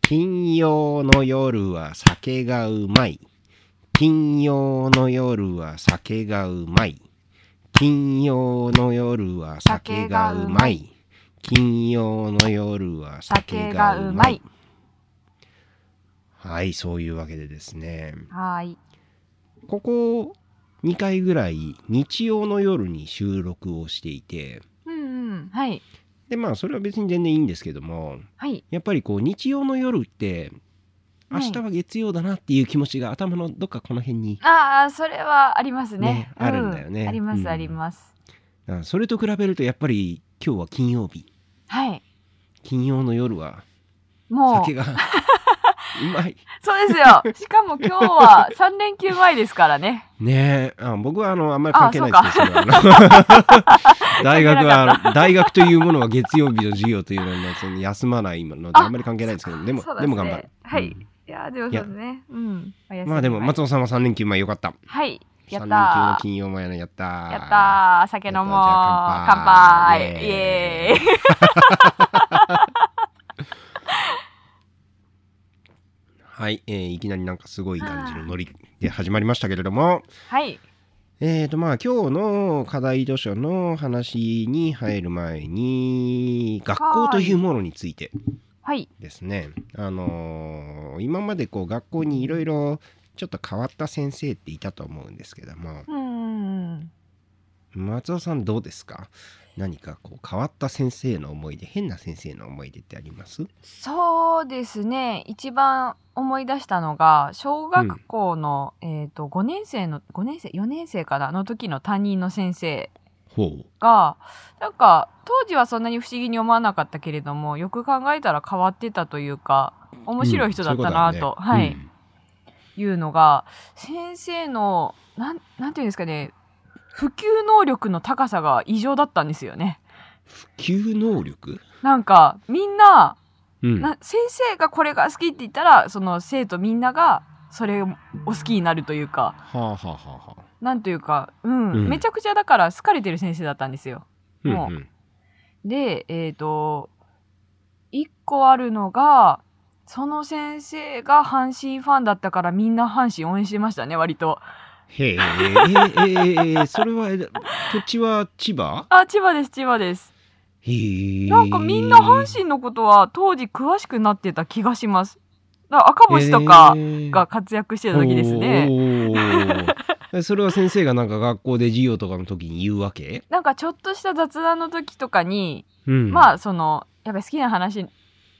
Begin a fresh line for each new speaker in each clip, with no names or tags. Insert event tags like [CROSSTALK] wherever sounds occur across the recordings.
金曜の夜は酒がうまい。金曜の夜は酒がうまい。金曜の夜は酒がうまい。金曜の夜は酒がうまい。はい、そういうわけでですね。
はーい。
ここ2回ぐらい日曜の夜に収録をしていて、
うんうん。はい。
で、まあそれは別に全然いいんですけども、
はい。
やっぱりこう日曜の夜って明日は月曜だなっていう気持ちが頭のどっかこの辺に、
ああ、それはありますね。
ねあるんだよね
うありま
うん
す、あります。
あそれと比べるとやっぱり今日は金曜日
はい。
金曜の夜は
もう [LAUGHS]
酒、がうまい
そうです [LAUGHS] よ。しかも今日は3連休前ですからね。
ねえあ僕はあのあんまり関係ない
あ
ですけどあの
[LAUGHS]
大学はあの大学というものは月曜日の授業というのはその休まないのであんまり関係ないですけどでも
そうす
で
ね
も頑張る、
はい。
うん
いやー、でもそうですね。うん。お休み
まあでも
前
松尾さんは3連休前よかった
はい。やった
3
ー
連休の金曜前のやった
やったー。酒飲もう。
じゃあ乾
乾
杯
杯。イ
イエ
エーイ。
はい、えーいきなりなんかすごい感じのノリで始まりましたけれども、
はい。
えーとまあ今日の課題図書の話に入る前に、学校というものについて
はい。
ですね、あのー今までこう学校にいろいろちょっと変わった先生っていたと思うんですけども、
うんうんうん。
松尾さんどうですか何かこう変わった先生の思い出、変な先生の思い出ってあります
そうですね一番思い出したのが小学校の、えー、と5年生の5年生4年生かなの時の担任の先生
ほう。
がなんか当時はそんなに不思議に思わなかったけれどもよく考えたら変わってたというか面白い人だったな
う
と、
んそう
はい
いうことだね
いうのが先生のなんなんていうんですかね普及能力の高さが異常だったんですよね。
うん普及能力、
なんかみんな
うん、
な先生がこれが好きって言ったらその生徒みんながそれを好きになるというか
はあはあはあはあ
なんというか、うん
うん
めちゃくちゃだから好かれてる先生だったんですよ。もうんでえっ、と1個あるのがその先生が阪神ファンだったからみんな阪神応援してましたね割と。
へえ、ええ
[LAUGHS]
えそれは、え土地は千葉
あ千葉です千葉です。
へえ。
なんかみんな阪神のことは当時詳しくなってた気がします。だから赤星とかが活躍してた時です
ね。
ね。
おーそれは先生がなんか学校で授業とかの時に言うわけ、
なんかちょっとした雑談の時とかに、
うん、
まあそのやっぱり好きな話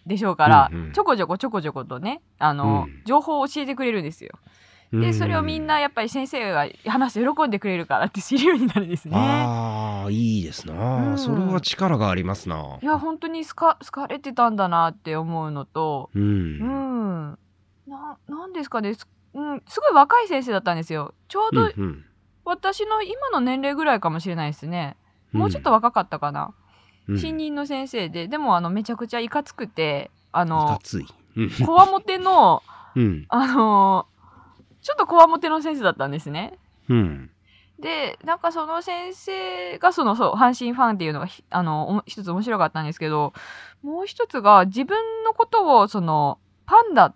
でしょうから、
うんうん
ちょこちょこちょこちょことねあの、
うん
情報を教えてくれるんですよ
うん、
でそれをみんなやっぱり先生が話して喜んでくれるからって知るようになるんですね
ああ、いいですな、
うん。
それは力がありますない
や本当に好か好かれてたんだなって思うのと
う。
うんんななんですかねす,、うん、すごい若い先生だったんですよちょう
うんう
ど
ん
私の今の年齢ぐらいかもしれないですね、もうちょっと、若かったかな、
うん、
新任の先生ででもあのめちゃくちゃいかつくてあ
いか
の
つい。うん
こわもての
うん。
あのちょっとこわもての先生だったんですね。
うん。
でなんかその先生がそのそう阪神ファンっていうのがひあのおも一つ面白かったんですけどもう一つが自分のことをそのパンダ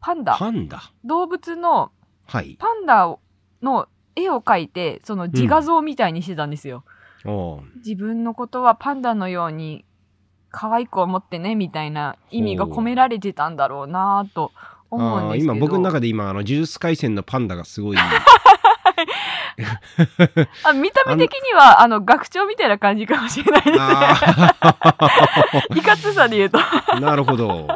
パンダ
パンダ。
動物の
はい。
パンダの絵を描いてその自画像みたいにしてたんですよ。
おー
自分のことはパンダのように可愛く思ってねみたいな意味が込められてたんだろうなと思うん
あ
で
ー
すけど
今僕の中で今あの呪術廻戦のパンダがすごい
あ見た目的にはあの学長みたいな感じかもしれないですね
あ
いかつさで言うと
ーなるほ
[LAUGHS]
ど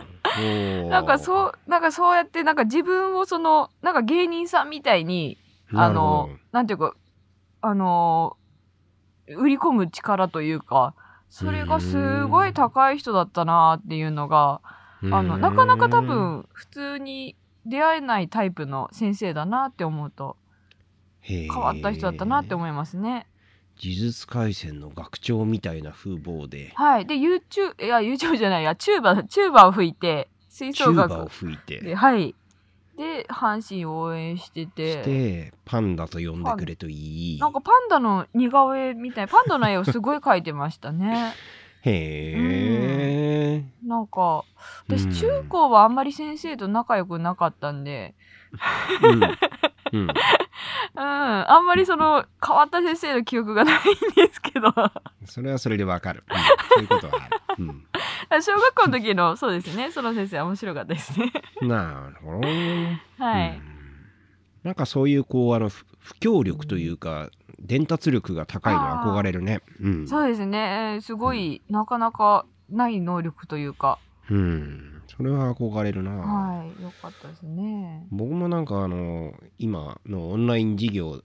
なんか
う
そうなんかそうやってなんか自分をそのなんか芸人さんみたいにあのなんていうかあの売り込む力というかそれがすごい高い人だったなっていうのがあのなかなか多分普通に出会えないタイプの先生だなって思うと
変
変わった人だったなって思いますね。
呪術廻戦の学長みたいな風貌で
はい、で YouTube いや YouTube じゃないやチューバチューバを吹いて吹
チ
奏
ューバ
楽
を吹いて
ではいで阪神を応援してて
してパンダと呼んでくれといい
なんかパンダの似顔絵みたいパンダの絵をすごい描いてましたね。 [LAUGHS]
へえ。
なんか私
うん
中高はあんまり先生と仲良くなかったんで、
うん。うん。
うん、あんまりその変わった先生の記憶がないんですけど [LAUGHS]
それはそれでわかる。うん、そういうことはある。う
小学校の時のそうですねその先生は面白かったですね [LAUGHS]
ん。なるほど。
はい、
うん。なんかそういうこうあの不不協力というか伝達力が高いの
あー
憧れるね。うん。
そうですね、えーすごい、なかなかない能力というか、
うん。それは憧れるな。
はい、よかったですね。
僕もなんかあの今のオンライン授業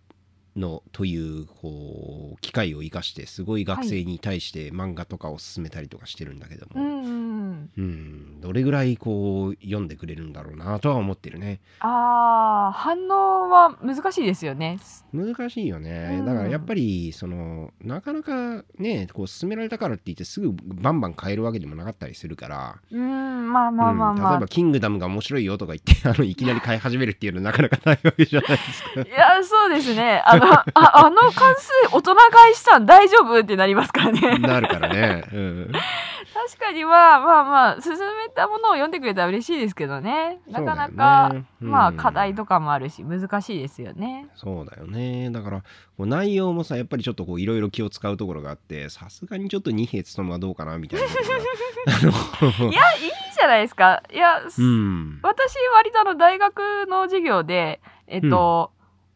のというこう機会を生かしてすごい学生に対して漫画とかを勧めたりとかしてるんだけど
う
も、
んうんうん、
うんどれぐらいこう読んでくれるんだろうなとは思ってるね
ああ、反応は難しいですよね。
難しいよね、
うん
だからやっぱりそのなかなかねこう勧められたからって言ってすぐバンバン変えるわけでもなかったりするから、
うん、まあまあまあ
うん
まあ。
例えば「キングダムが面白いよ」とか言って [LAUGHS] あのいきなり変え始めるっていうのはなかなかないわけじゃない
[LAUGHS]
ですか
いや、そうですね。あの、ああ [LAUGHS] の関数、大人買いしたん大丈夫ってなりますからね。
なるからね、うん、
確かにまあまあまあ、進めたものを読んでくれたら嬉しいですけどね。なかなか、
そうだよねうん
まあ課題とかもあるし、難しいですよね。
そうだよねだからこう内容もさやっぱりちょっとこういろいろ気を使うところがあってさすがにちょっと二兵務はどうかなみたいなことがあの
[LAUGHS] いや、いいじゃないですか。いや、
うん
私割とあの大学の授業でえっと、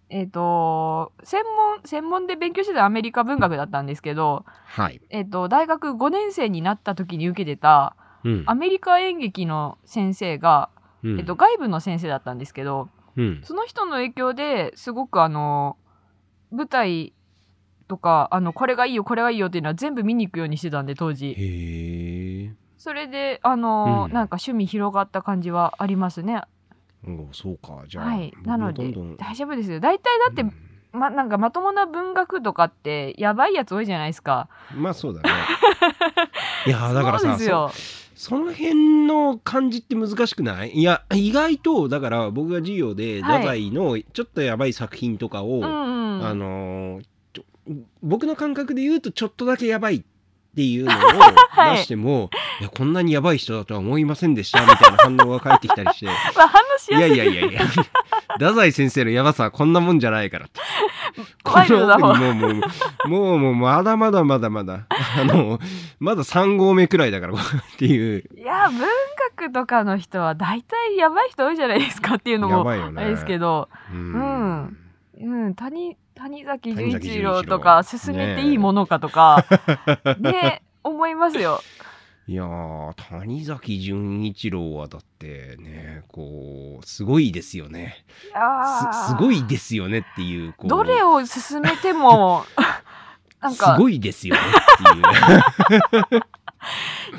えっと専門専門で勉強してたアメリカ文学だったんですけど、
はい、
えっと、大学5年生になった時に受けてた
うん
アメリカ演劇の先生が、
うん
えっと、外部の先生だったんですけど
うん
その人の影響ですごくあの舞台とかあのこれがいいよこれがいいよっていうのは全部見に行くようにしてたんで当時
へえ
それであの、
うん
なんか趣味広がった感じはありますね
おそうかじゃあ、
はい、
僕も
なので
どんどん
大丈夫ですよ大体だって、
うん
まなんかまともな文学とかってやばいやつ多いじゃないですか
まあそう
[LAUGHS]
だねいやーだから
そう
さ
ですよ
その辺の感じって難しくないいや意外とだから僕が授業で
はい
太宰のちょっとやばい作品とかを、
うんうん
あのーちょ僕の感覚で言うとちょっとだけやばいっていうのを
[LAUGHS] はい
出しても、い、やこんなにやばい人だとは思いませんでしたみたいな反応が返ってきたりしてい
まあ、反応しやす
や
い
いやいやいや [LAUGHS] 太宰先生のやばさはこんなもんじゃないから
[LAUGHS]
って
ワイルドな方
この奥にもうもうもうもうまだまだまだまだあのまだ3合目くらいだからっていう
いや文学とかの人は大体やばい人多いじゃないですかっていうの
や
も
ばいよね
あれですけど、
うん
うんうん、谷谷崎
谷
潤
崎
一
潤一
郎
郎
とか進めていいものかとかね思いますよ。
いやー谷崎潤一郎はだってねこうすごいですよね。
いや
す
ー
すごいですよねっていうこう
どれを進め
[LAUGHS]
てもなん
す
か
ごいですよねっていう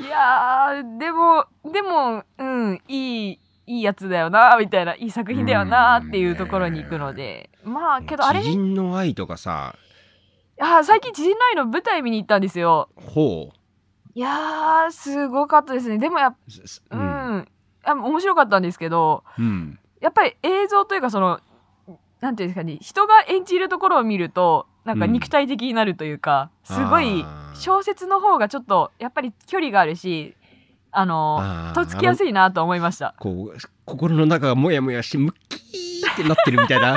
いやーでもでもうんいいいいやつだよなみたいないい作品だよなっていうところに行くので、ま [LAUGHS] あけど
[LAUGHS]
あれ
知人の愛とかさ
あー最近知人ライの舞台見に行ったんですよ
ほ
いやーすごかったですねでもやっ
うすす
う、
うんん
あ面白かったんですけど
うん
やっぱり映像というかそのなんていうんですかね人が演じるところを見るとなんか
うん
肉体的になるというか、すごい
あー
小説の方がちょっとやっぱり距離があるしあの
あー
とっつきやすいなと思いました。
あのこう心の中がモヤモヤしてムッキーってなってるみたいな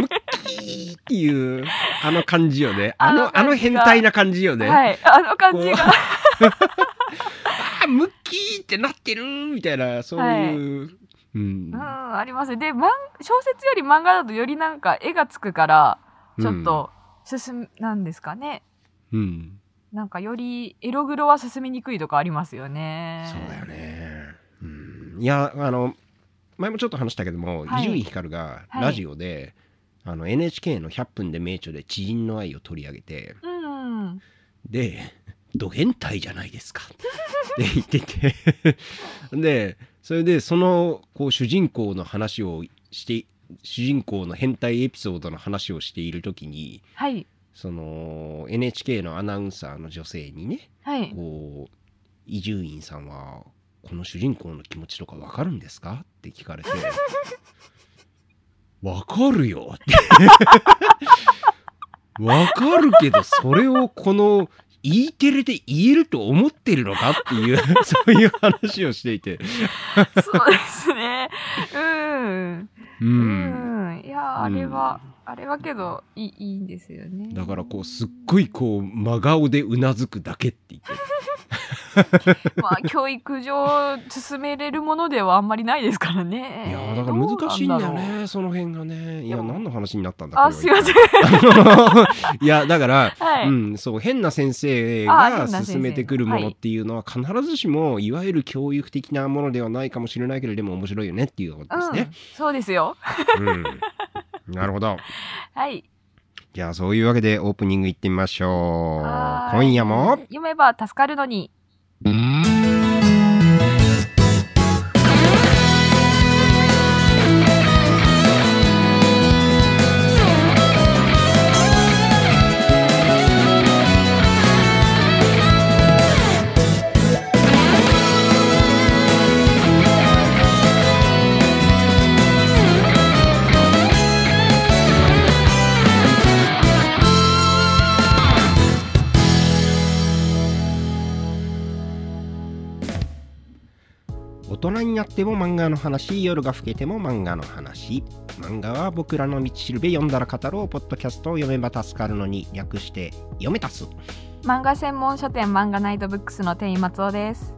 ムッキーっていうあの感じよねあのあの
あの感じ
変
が
態な感じよね、
はい、あの
[LAUGHS]
感じが。
あームッキーってなってるみたいなそういう、うん
うん、あります。で、漫小説より漫画だとよりなんか絵がつくから、ちょっと進む、なんですかね。
うん、うん
なんかよりエログロは進みにくいとかありますよね。
そうだよね。うん、いやあの前もちょっと話したけども
はい
伊集院光が
はい
ラジオで、あの NHK の「100分で名著」で知人の愛を取り上げて
うん。
で「ド変態じゃないですか」って言ってて [LAUGHS] でそれでそのこう主人公の話をして主人公の変態エピソードの話をしている時に
はい。
その NHK のアナウンサーの女性にね
はい。
こう伊集院さんはこの主人公の気持ちとかわかるんですかって聞か
[LAUGHS]
れて「わかるよ」ってわかるけどそれをこの E テレで言えると思ってるのかっていうそういう話をしていて
そうですね。うん。
う
うんん。いや、あれは、あれはけど、いい、いいんですよね。
だからこうすっごいこう真顔でうなずくだけって言って
まあ、教育上、進めれるものではあんまりないですからね。
いやーだから難しいんだよ
どうなんだろう。
ねその辺がねいや
でも
何の話になったんだ
あ、すいません。
ん [LAUGHS] いやだから、
はい。
うん、そう変な先生
あ
が
変な先生
進めてくるも
は
の
い
っていうのは必ずしもいわゆる教育的なものではないかもしれないけれども面白いよねっていうことです
うん
ね。、
そうですよ。
うんなるほど
はい。
じゃあそういうわけでオープニングいってみましょう
はーい
今夜も
読めば助かるのに。
大人になっても漫画の話夜が更けても漫画の話漫画は僕らの道しるべ読んだら語ろうポッドキャストを読めば助かるのに略して読めたす
漫画専門書店漫画ナイトブックスの店員松尾です。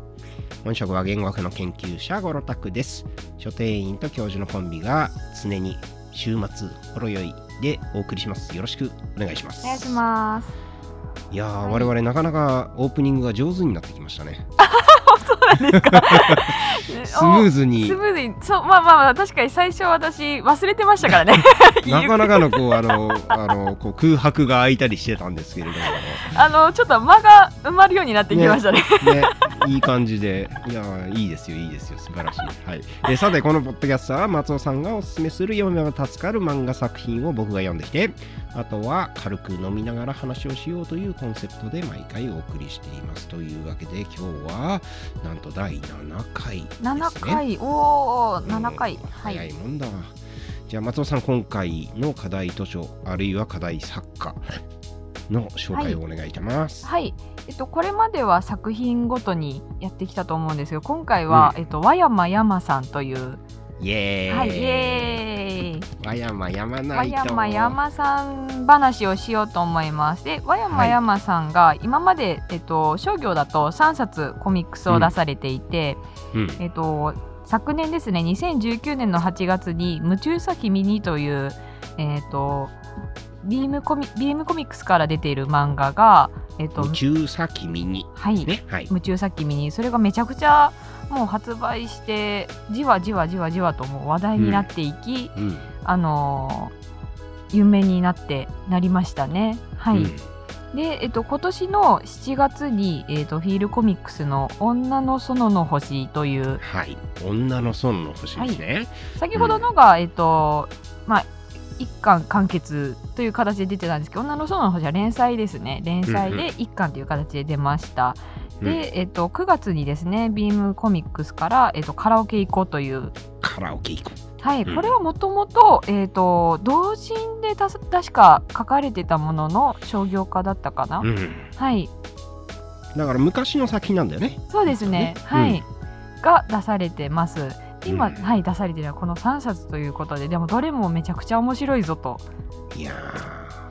本職は言語学の研究者ゴロタクです書店員と教授のコンビが常に週末ほろ酔いでお送りしますよろしくお願いします
お願いします。
いやー
はい
我々なかなかオープニングが上手になってきましたねスムーズ
お [LAUGHS]
に
スムーズに、そう、まあまあまあ、確かに最初私忘れてましたからね。
[LAUGHS] なかなかのこうあのあのこう空白が空いたりしてたんですけれども
[LAUGHS] あの、ちょっと間が埋まるようになってきましたね。
ね、いい感じで、いやー、いいですよ、いいですよ、素晴らしい。はい、えーさて、このポッドキャストは松尾さんがおすすめする読めば助かる漫画作品を僕が読んできて、あとは軽く飲みながら話をしようというコンセプトで毎回お送りしています。というわけで、今日はなんと第7回です、ね。
七回、おお、七回、
うん
は
早
い。
いもんだわ。じゃあ松尾さん今回の課題図書あるいは課題作家の紹介をお願いいたします。
はい、えっと、これまでは作品ごとにやってきたと思うんですけど、今回は、えっと、和山山さんという。
イエーイ。
はい、イエーイ。
和山山
和
内と
山山さん話をしようと思います。で、和山山さんが今まで、えっと、商業だと3冊コミックスを出されていて、
うん
えっと、昨年ですね、2019年の8月に、夢中さ君にという、えっと、ビームコミ、ビームコミックスから出ている漫画が、えっと、
宇宙さ君に
は
です
い、
ね。はい。
夢中さ君に、それがめちゃくちゃもう発売して、じわじわじわじわともう話題になっていき、
うん。
あのー有名になってなりましたね。はい。
うん
で、えっと、今年の7月に、えっと、フィールコミックスの女の園の星という、
はい。女の孫の星ですね。
先ほどのが、えっと、まあ、一巻完結という形で出てたんですけど、女の園の星は連載ですね。連載
うんうん
で一巻という形で出ました。
うん
で、えっと、9月にですね、ビームコミックスから、えっと、カラオケ行こうという、
カラオケ行こ
はい、
うん
これはもともと、えっ、と、同人でたす確か書かれてたものの商業化だったかな。
う。うん。
はい、
だから昔の作品なんだよね。
そうですね。
そうですね
はい、が出されてます。今、
うん
はい、出されてるのはこの3冊ということで、でもどれもめちゃくちゃ面白いぞと。
いや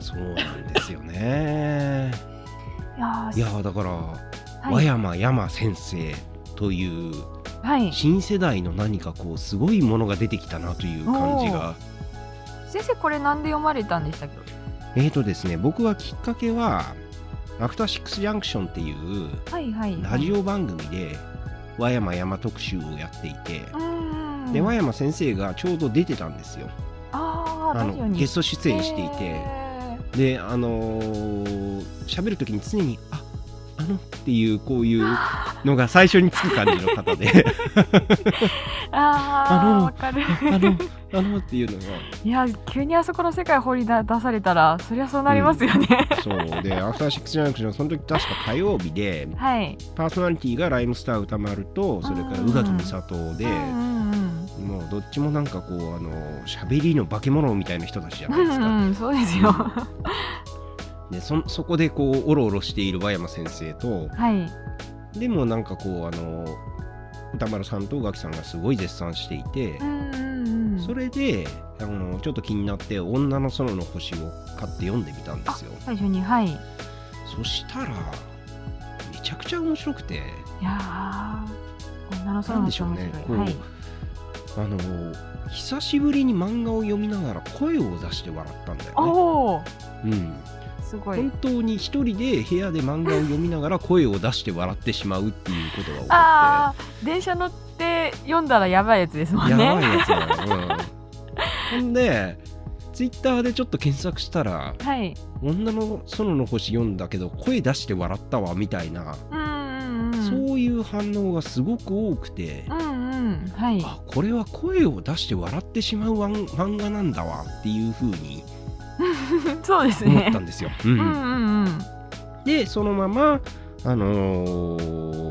ー、そうなんですよ
[LAUGHS]
ね。
いやー
いやー、だから、
は
和
い、
山山先生という
はい、
新世代の何かこうすごいものが出てきたなという感じが。
先生、これなんで読まれたんでしたっけ
えーとですね、僕はきっかけは、アフターシックスジャンクションっていう
はい、はい。
ラジ
オ。
オ番組で和山山特集をやっていて、
うーん。
で和山先生がちょうど出てたんですよ。
ああ、
あ
ラジオ
の
に。
ゲスト出演していて、
へ
であのー喋る時に常に「ああの」っていうこう
[LAUGHS]
いうのが最初につく感じの方で「
ー。あ
あ
あ、
の
わかる。
あのあの」っていうの
いや急にあそこの世界掘り出出されたらそりゃそうなりますよね、
がそうで「アフターシックスジャンクション」その時確か火曜日で
はい
パーソナリティがライムスター歌丸とそれから
うん
宇垣美里で
う。んうん
もうどっちもなんかこうあの喋りの化け物みたいな人たちじゃ
う
ないですか、
んうんそうですよ、
でそそこでこうおろおろしている和山先生と
はい。
でもなんかこうあの歌丸さんとガキさんがすごい絶賛していて
う、んうんうん。
それであのちょっと気になって「女の園の星」を買って読んでみたんですよ
最初に、はい。い
そしたらめちゃくちゃ面白くて
やー、女の空
なん
の
でしょう
面白
ね
い。
こう、
はい。
あの久しぶりに漫画を読みながら声を出して笑ったんだよね、
おお、
うん、
すごい
本。当に一人で部屋で漫画を読みながら声を出して笑ってしまうっていうことが起こって。
ああ、電車乗って読んだらやばいやつですもん
やばい
ね。
やつだよ、うん、ほんでツイッターでちょっと検索したら
はい。
「女の園の星」読んだけど声出して笑ったわみたいな、
うんうんうん。
そういう反応がすごく多くて、
うんうん。はい。
あこれは声を出して笑ってしまうわん漫画なんだわっていうふうに
[LAUGHS] そうです
思っ
ね
た。んです
[LAUGHS]
よ。うん
うんうんうん。
でそのままあのー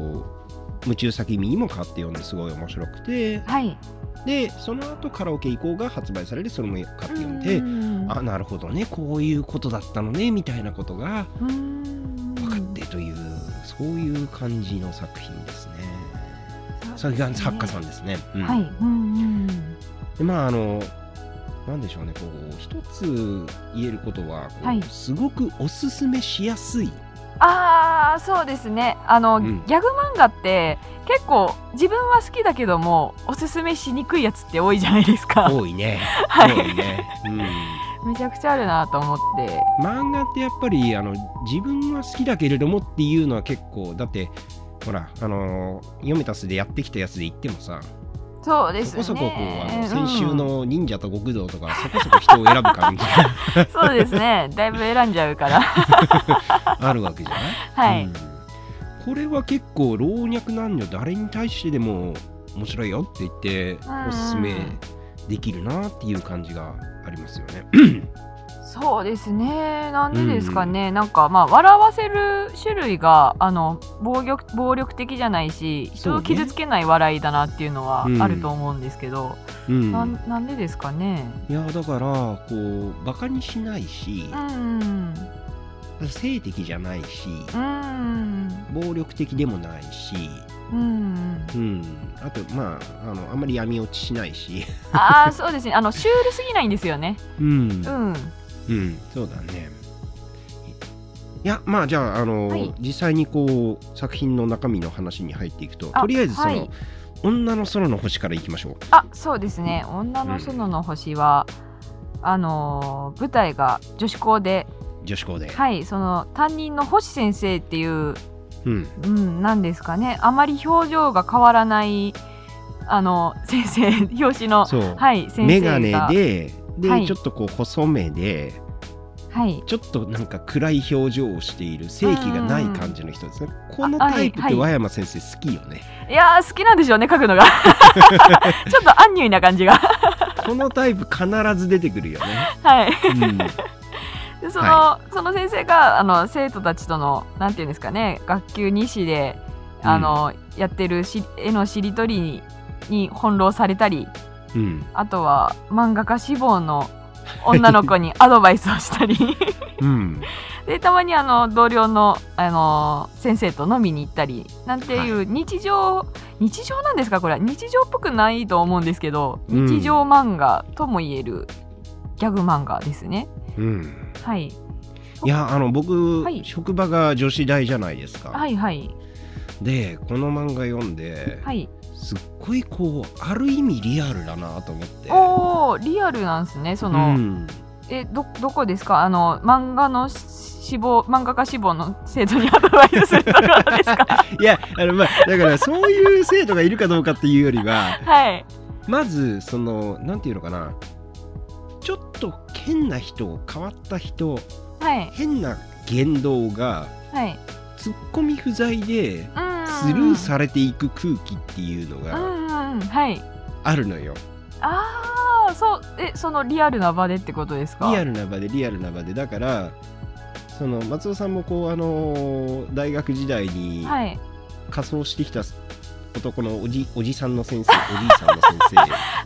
夢中先見にも買って読んですごい面白くて
はい。
でその後カラオケ移行が発売されてそれも買って読んで、
うん
あなるほどねこういうことだったのねみたいなことが
うん
分かってという、そういう感じの作品ですね。それが作家さんですね。うん
はい。うんうんうん。
でまああのなんでしょうねこう一つ言えることはこう、
はい
すごくおすすめしやすい。
ああ、そうですね。あの、
うん
ギャグ漫画って結構自分は好きだけどもおすすめしにくいやつって多いじゃないですか。
多いね。
[LAUGHS] はい
多いね。うん。
めちゃくちゃあるなと思って。
漫画ってやっぱりあの自分は好きだけれどもっていうのは結構だってほらあの読めたすでやってきたやつで言ってもさ
そうです
そ
ね。
こそここうあ
うん
の先週の忍者と極道とかそこそこ人を選ぶ感じが
そうですね。だいぶ選んじゃ
[LAUGHS]
うから。
あるわけじゃない、
[LAUGHS] はい。
うんこれは結構老若男女誰に対してでも面白いよって言って
ん
おすすめできるなっていう感じがありますよね。
そうですね。なんでですかね。なんかまあ笑わせる種類があの暴力暴力的じゃないし、人
そう
を
ね
傷つけない笑いだなっていうのは
うん
あると思うんですけど、
うん、
なんなんでですかね。
いやだからこうバカにしないし
うん
性的じゃないし
うん
暴力的でもないし、
うん。
うん、あとまああのあんまり闇落ちしないし、
ああそうですね。あのシュールすぎないんですよね。
[LAUGHS] うん
うん。
うん、そうだね。いや、まあ、じゃあ、あの、
はい
実際にこう、作品の中身の話に入っていくと、
あ
とりあえず、その、
はい
女の空の星からいきましょう。
あそうですね「女の園の星は」あのー舞台が女子校で、
女子校で。
はい、その担任の星先生っていう、
うん、
うん、なんですかねあまり表情が変わらないあの先生表紙の、
そう。
はい、先
メ
生
ガ
が
ネで、で、
はい
ちょっとこう、細目で、
はい、
ちょっとなんか暗い表情をしている、正気がない感じの人ですね。この
あはい
タイプっ
は
て
い
和山先生好きよね。
いやー好きなんでしょうね書くのが [LAUGHS] ちょっとアンニュイな感じが
このタイプ必ず出てくるよね。
はい
うん、
でその、
は
その先生があの生徒たちとのなんていうんですかね学級日誌であの、やってるし絵のしりとりにに翻弄されたり
うん。
あとは漫画家志望の女の子にアドバイスをしたり
[LAUGHS] うん。
でたまにあの同僚のあの先生と飲みに行ったりなんていう日常、日常なんですかこれは日常っぽくないと思うんですけど
うん
日常漫画とも言えるギャグ漫画ですね。
うん。
はい、
いやあの僕、
はい
職場が女子大じゃないですか、
はい、はい、
でこの漫画読んで、
はい
すっごいこうある意味リアルだなと思って
おおリアルなんですねその、
うん
えどどこですかあの漫画の志望漫画家志望の生徒にアドバイスするところですか
[LAUGHS] いやあの、まあ、だからそういう生徒がいるかどうかっていうよりは
はい
まずそのなんていうのかなちょっと変な人変わった人
はい
変な言動が
はい
ツッコミ不在で
うん
スルーされていく空気っていうの
うん
が
うんうんはい
あるのよ。
ああそうえそのリアルな場でってことですか
リア
ル
ルな場でリアルな場でだからその松尾さんもこうあのー大学時代に
はい
仮装してきた男のおじおじさんの先生 [LAUGHS] おじいさんの先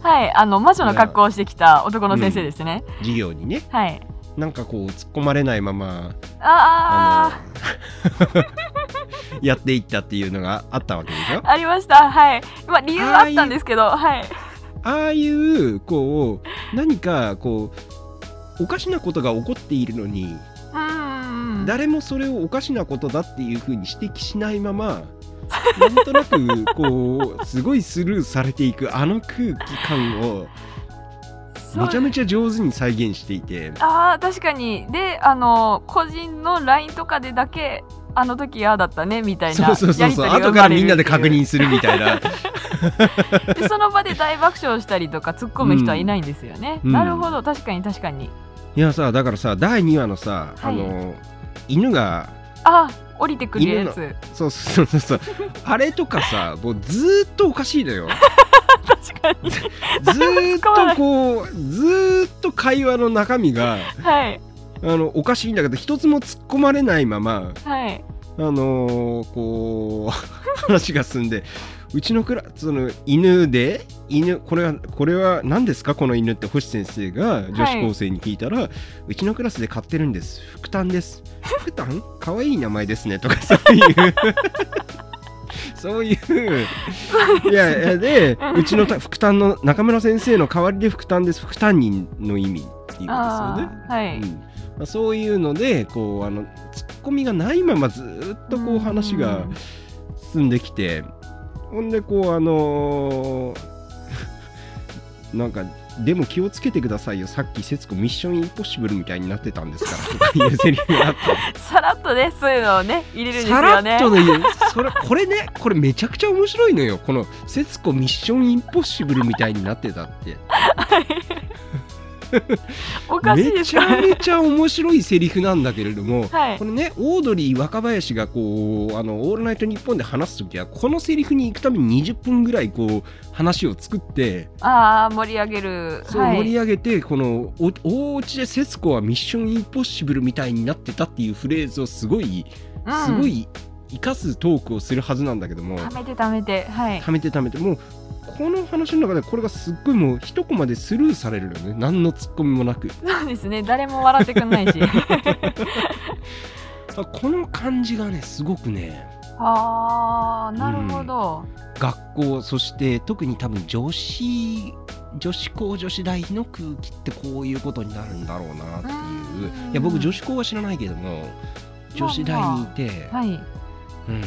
生
はいあの魔女の格好をしてきた男の先生ですね、
授業にね
はい
なんかこう突っ込まれないまま
あ
あの [LAUGHS] やっていったっていうのがあったわけでしょ
あありましたはいまあ理由はあったんですけどはい
ああいうこう何かこうおかしなことが起こっているのに
うーん
誰もそれをおかしなことだっていうふうに指摘しないま
[LAUGHS]
まなんとなくこうすごいスルーされていくあの空気感を
そう
めちゃめちゃ上手に再現していて
あー確かにであの個人の LINE とかでだけあの時ああだったねみたいな
そうそうそうそう後からみんなで確認するみたいな
[LAUGHS] でその場で大爆笑したりとか突っ込む人はいないんですよね、
うん
なるほど確かに確かに
いやさだからさ第2話のさ、
は
あ
い
の犬が
あ降りてくるやつ
そうそうそうそうあれとかさもうずーっとおかしい
[LAUGHS]
のよ
確かに
ずーっとこうずーっと会話の中身が
はい
あのおかしいんだけど一つも突っ込まれないまま
はい
あのーこう [LAUGHS] 話が進んでうちのクラその犬で犬これはこれは何ですかこの犬って星先生が女子高生に聞いたら、うちのクラスで飼ってるんです福丹です福丹かわいい名前ですねとか [LAUGHS] そういうそういういやいやでうちのた福丹の中村先生の代わりで福丹です福丹人の意味っていうことですよね
あ。ーはい、
うんまあ、そういうのでこうあのツッコミがないままずーっとこう話が
うん
進んできて、ほんでこうあのー [LAUGHS] なんかでも気をつけてくださいよさっき節子ミッションインポッシブルみたいになってたん
[LAUGHS]
ですからとかいうセリフがあっ
さらっとねそういうのをね入れる
て
んです
さ
よ
ら
ね
っとねそれこれねこれめちゃくちゃ面白いのよこの節子ミッションインポッシブルみたいになってたって
おかしい
め
です
ちゃ
かね
めちゃ面白いセリフなんだけれども、
はい
これねオードリー若林がこうあの「オールナイトニッポン」で話す時はこのセリフに行くために20分ぐらいこう話を作って
ああ盛り上げる
そう
はい
盛り上げて、このお「おうちで節子はミッションインポッシブルみたいになってた」っていうフレーズをすごい
うん
すごい生かすトークをするはずなんだけども、
ためてためてはい
ためてためてもうこの話の中でこれがすっごいもう一コマでスルーされるのね何のツッコミもなく。
そうですね誰も笑ってくんないし
あこの感じがねすごくね
ああなるほど、
学校そして特に多分女子女子校女子大の空気ってこういうことになるんだろうなっていう
うん
いや僕女子校は知らないけども女子大にいて、
はい
うん、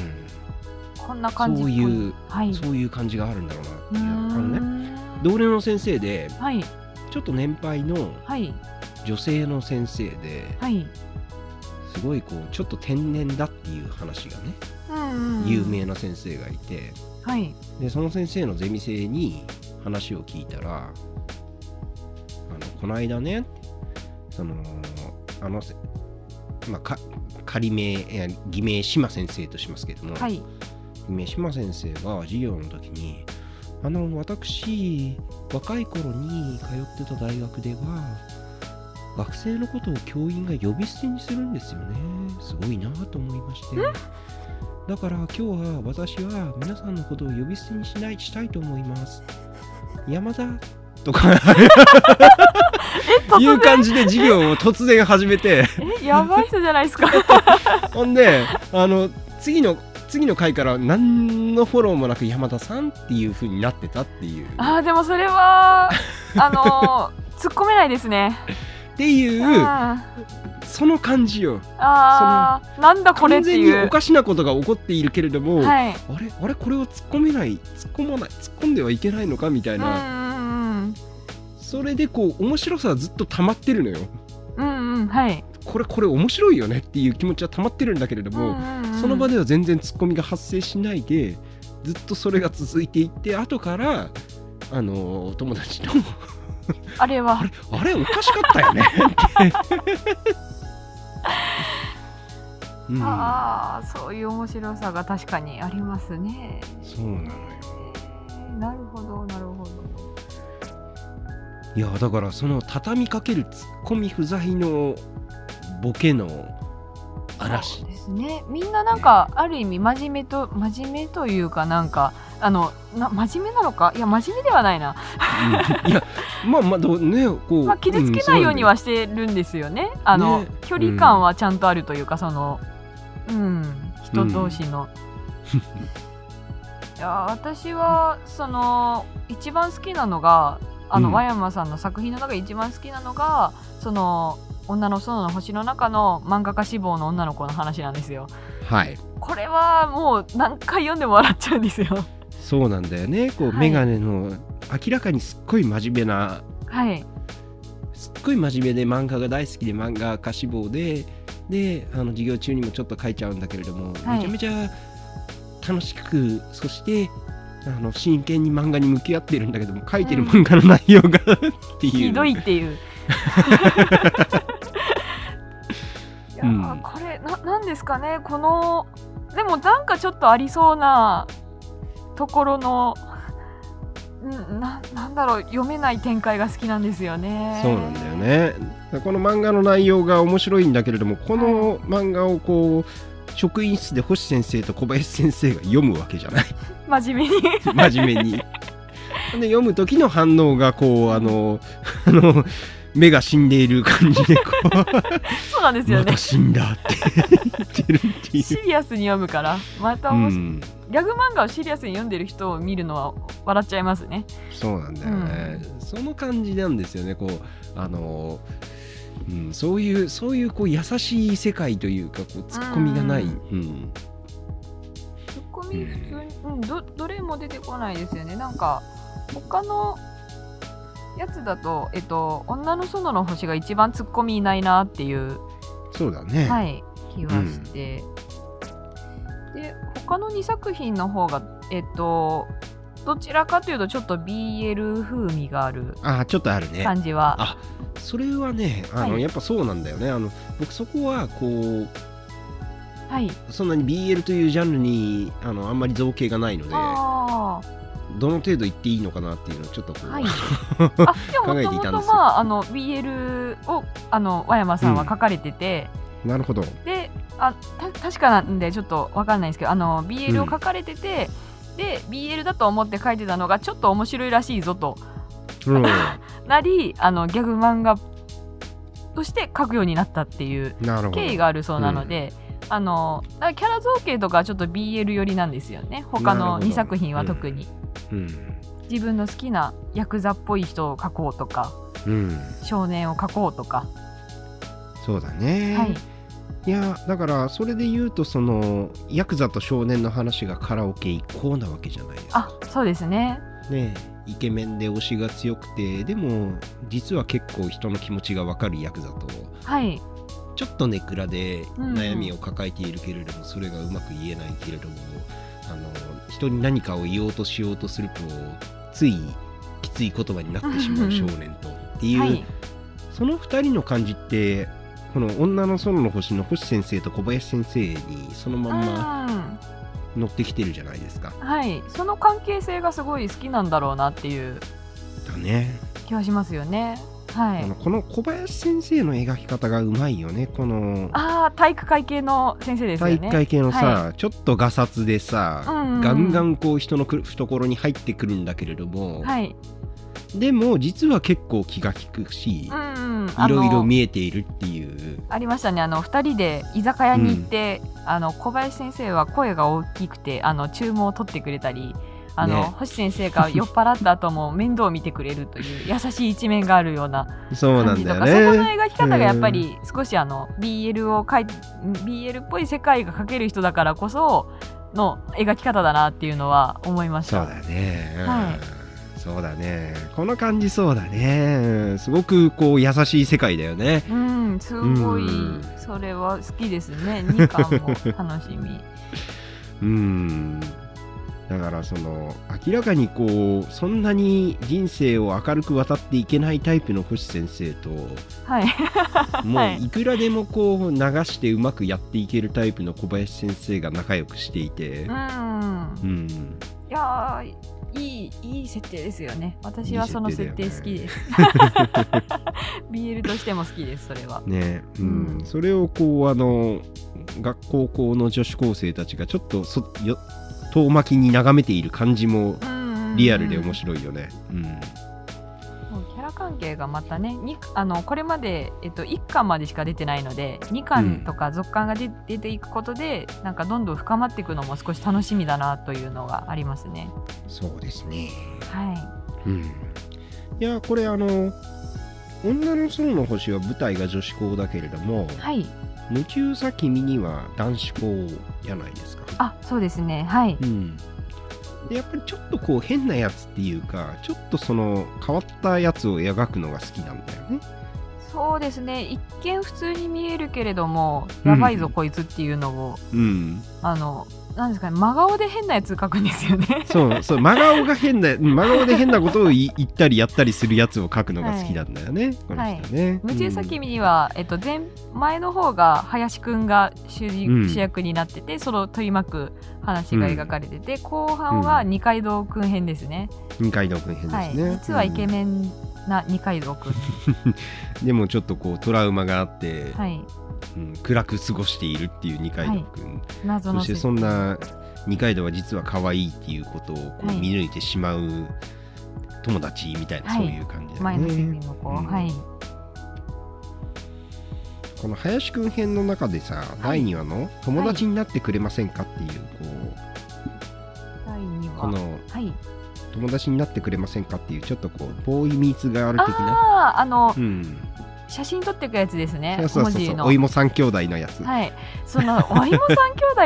こんな感じっ
そう
ぽ
いう
はい
そういう感じがあるんだろうなっていう
うーん
あのね同僚の先生で
はい
ちょっと年配の
はい
女性の先生で
はい
すごいこうちょっと天然だっていう話がね
うんうん
有名な先生がいて
はい
でその先生のゼミ生に話を聞いたら「あのこの間ねそのあのせまあか仮名いや偽名島先生としますけども、
はい
偽名島先生が授業の時に「あの私若い頃に通ってた大学では学生のことを教員が呼び捨てにするんですよねすごいなと思いまして。だから今日は私は皆さんのことを呼び捨てにしないしたいと思います。山田とかいう感じで授業を突然始めて
[LAUGHS] えやばい人じゃないですか
ほんであの次の次の回から何のフォローもなく山田さんっていう風になってたっていう
あーでもそれはあのー突っ込めないですね
っていううんその感じよ
あーなんだこれっ
完
て
全に
い
お
う
かしなことが起こっているけれども、
はい
あれあれこれを突っ込めない突っ込まない突っ込んではいけないのかみたい
うん
な、
うん
それでこう面白さはずっと溜まってるのよ
うんうんうんはい
これこれ面白いよねっていう気持ちは溜まってるんだけれども、その場
で
では全然ツッコミが発生しないでずっとそれが続いていって後からあのお友達と
あれは
あれあれおかしかったよねって、うん、
ああそういう面白さが確かにありますね。
そうなのよ
なるほどなるほど。
いやだからその畳みかけるツッコミ不在のボケの嵐
[LAUGHS] そうですね。みんななんか、ある意味真面目と真面目というかなんかあのな真面目なのかいや真面目ではないな、
うんいやまあまあどうねこう、
まあ、傷つけないようにはしてるんですよね、あの
ね
距離感はちゃんとあるというかそのうん人同士の、いや私はその一番好きなのがあの、
うん
和山さんの作品の中で一番好きなのがその女の園の星の中の漫画家志望の女の子の話なんですよ
はい
これはもう何回読んでも笑っちゃうんですよ
そうなんだよねこう、
はい
メガネの明らかにすっごい真面目な
はい
すっごい真面目で漫画が大好きで漫画家志望でであの授業中にもちょっと書いちゃうんだけれども、
はい
めちゃめちゃ楽しくそしてあの真剣に漫画に向き合ってるんだけども書いてる漫画の内容がっていう
ひどいって [LAUGHS] いういやー、
うん
これななんですかねこのでもなんかちょっとありそうなところのんななんだろう読めない展開が好きなんですよね
そうなんだよねこの漫画の内容が面白いんだけれどもこの漫画をこう職員室で星先生と小林先生が読むわけじゃない
真面目に [LAUGHS]
[LAUGHS] 真面目に。で読む時の反応がこうあの [LAUGHS] あの目が死んでいる感じでこ [LAUGHS] う。
そうなんですよ
ま
ね
た死んだって言 [LAUGHS] ってるってい
シ
う。
リアスに読むからまた
う
面白い、
ん、
ギャグ漫画をシリアスに読んでる人を見るのは笑っちゃいますね
そうなんだよね、その感じなんですよねこうあの、うん、そういうそういうこう優しい世界というかこうツッコミがない、う
うん
ん
ツッコミ普通に、うん、どどれも出てこないですよねなんか他のやつだと、えっと、女の園の星が一番ツッコミいないなっていう、
そうだね、
はい、気はして、で他の2作品の方がえっとどちらかというとちょっと BL 風味がある
ああちょっとあるね
感じは、
あそれはねあの、
はい
やっぱそうなんだよねあの僕そこはこう
はい
そんなに BL というジャンルにあのあんまり造形がないので
あー
どの程度言っていいのかなっていうのをちょっとこう、
はいあで
[LAUGHS]
も
考
も
え
と
てい
も
たんで
と
す
まああの BL をあの和山さんは書かれてて、
[LAUGHS] なるほど
[LAUGHS] であた確かなんでちょっとわかんないですけどあの BL を書かれてて、で BL だと思って書いてたのがちょっと面白いらしいぞと
うん
なりあのギャグ漫画として書くようになったっていう
なるほど
経緯があるそうなので、あのだからキャラ造形とかはちょっと BL 寄りなんですよね
な
他
るほ
の
ど
2作品は特に、
うん
自分の好きなヤクザっぽい人を描こうとか
うん、
少年を描こうとか、
そうだね、
はい、
いやだからそれで言うとそのヤクザと少年の話がカラオケ一行なわけじゃないですか
あそうですね
ねえイケメンで推しが強くてでも実は結構人の気持ちがわかるヤクザと
はい
ちょっとネクラで
うん
悩みを抱えているけれども、それがうまく言えないけれどもあの人に何かを言おうとしようとするとついきつい言葉になってしまう少年とっていう、
はい
その2人の感じってこの「女の園の星」の星先生と小林先生にそのまんま
うん
乗ってきてるじゃないですか。
はい、その関係性がすごい好きなんだろうなっていう
だね。
気はしますよね。は
あ
い
の。この小林先生の描き方がうまいよね。この
ああ、体育会系の先生ですよ
体
ね。
育会系のさ、ちょっとがさつでさ、
うんうんうん
ガンガンこう人のく懐に入ってくるんだけれども、
はい。
でも実は結構気が利くし
う、ん、うん。
いろいろ
あの
見えているっていう。
ありましたね。あの二人で居酒屋に行って、あの小林先生は声が大きくて、あの注文を取ってくれたり。あの
ね
星先生が酔っ払った後も面倒を見てくれると
[LAUGHS]
いう優しい一面があるような
そうな
感
ん
じ
だよ
とかそ,、この
ね。
描き方がやっぱり少しあの BL を描い BL っぽい世界が描ける人だからこその描き方だなっていうのは思いまし
そ
た
うだね。うん
はい
そうだね。この感じそうだね。うんすごくこう優しい世界だよね。
うんすごい
うん
それは好きですね2巻も楽し
[LAUGHS]
み
うん。だからその明らかにこうそんなに人生を明るく渡っていけないタイプの星先生と
はい
もういくらでもこう流してうまくやっていけるタイプの小林先生が仲良くしていて
う、ん
うん、
いやーいいいい設定ですよね私はい
い設定だよね
その設定好きです [LAUGHS] BL としても好きですそれは
ね、うん
う、ん
それをこうあの学校校の女子高生たちがちょっとそよ遠巻きに眺めている感じもリアルで面
い
白いよね。うん。
キャラ関係がまたねにあのこれまで、えっと、1巻までしか出てないので2巻とか続巻が出出ていくことでなんかどんどん深まっていくのも少し楽しみだなというのがありますね。
そうですね。
は
うん。いや、これあの、女の園の星は舞台が女子校だけれども、
い、はい、
夢中さ君には男子校じゃないですか。
あそうですねはい、
うん、でやっぱりちょっとこう変なやつっていうかちょっとその変わったやつを描くのが好きなんだよね。
そうですね一見普通に見えるけれどもやばいぞ、
うん
こいつっていうのを
うん、
あのなんですかね真顔で変なやつ描くんですよね。
そうそう真顔が変なうん真顔で変なことをい言ったりやったりするやつを描くのが好きなんだよね、この人ね。
夢中先
うん
には、えっと、前前の方が林くんが主,、
うん
主役になっててその取り巻く話が描かれてて、後半は
う
二階堂くん編ですね,、
二階堂くん編で
は
す
い
ね、
実はイケメンな二階堂く
う
ん、
んでもちょっとこうトラウマがあって、
はい
うん暗く過ごしているっていう二階堂くん、
謎の
そして
設定
そんな二階堂は実は可愛いっていうことをこう
はい
見抜いてしまう友達みたいな、
はい
そういう感じだ
前
よ
の席
ね。
の子、
うん
はい
この林くん編の中でさ、第2話の「友達になってくれませんか?」っていうこう
第二話
この
はい
「友達になってくれませんか?」っていうちょっとこうボーイミーツガール的な。
あああの、
うん、
写真撮っていくやつですね
そうそうそう
文字
そう
の
お芋三兄弟のやつ、
はいその「お芋さん兄弟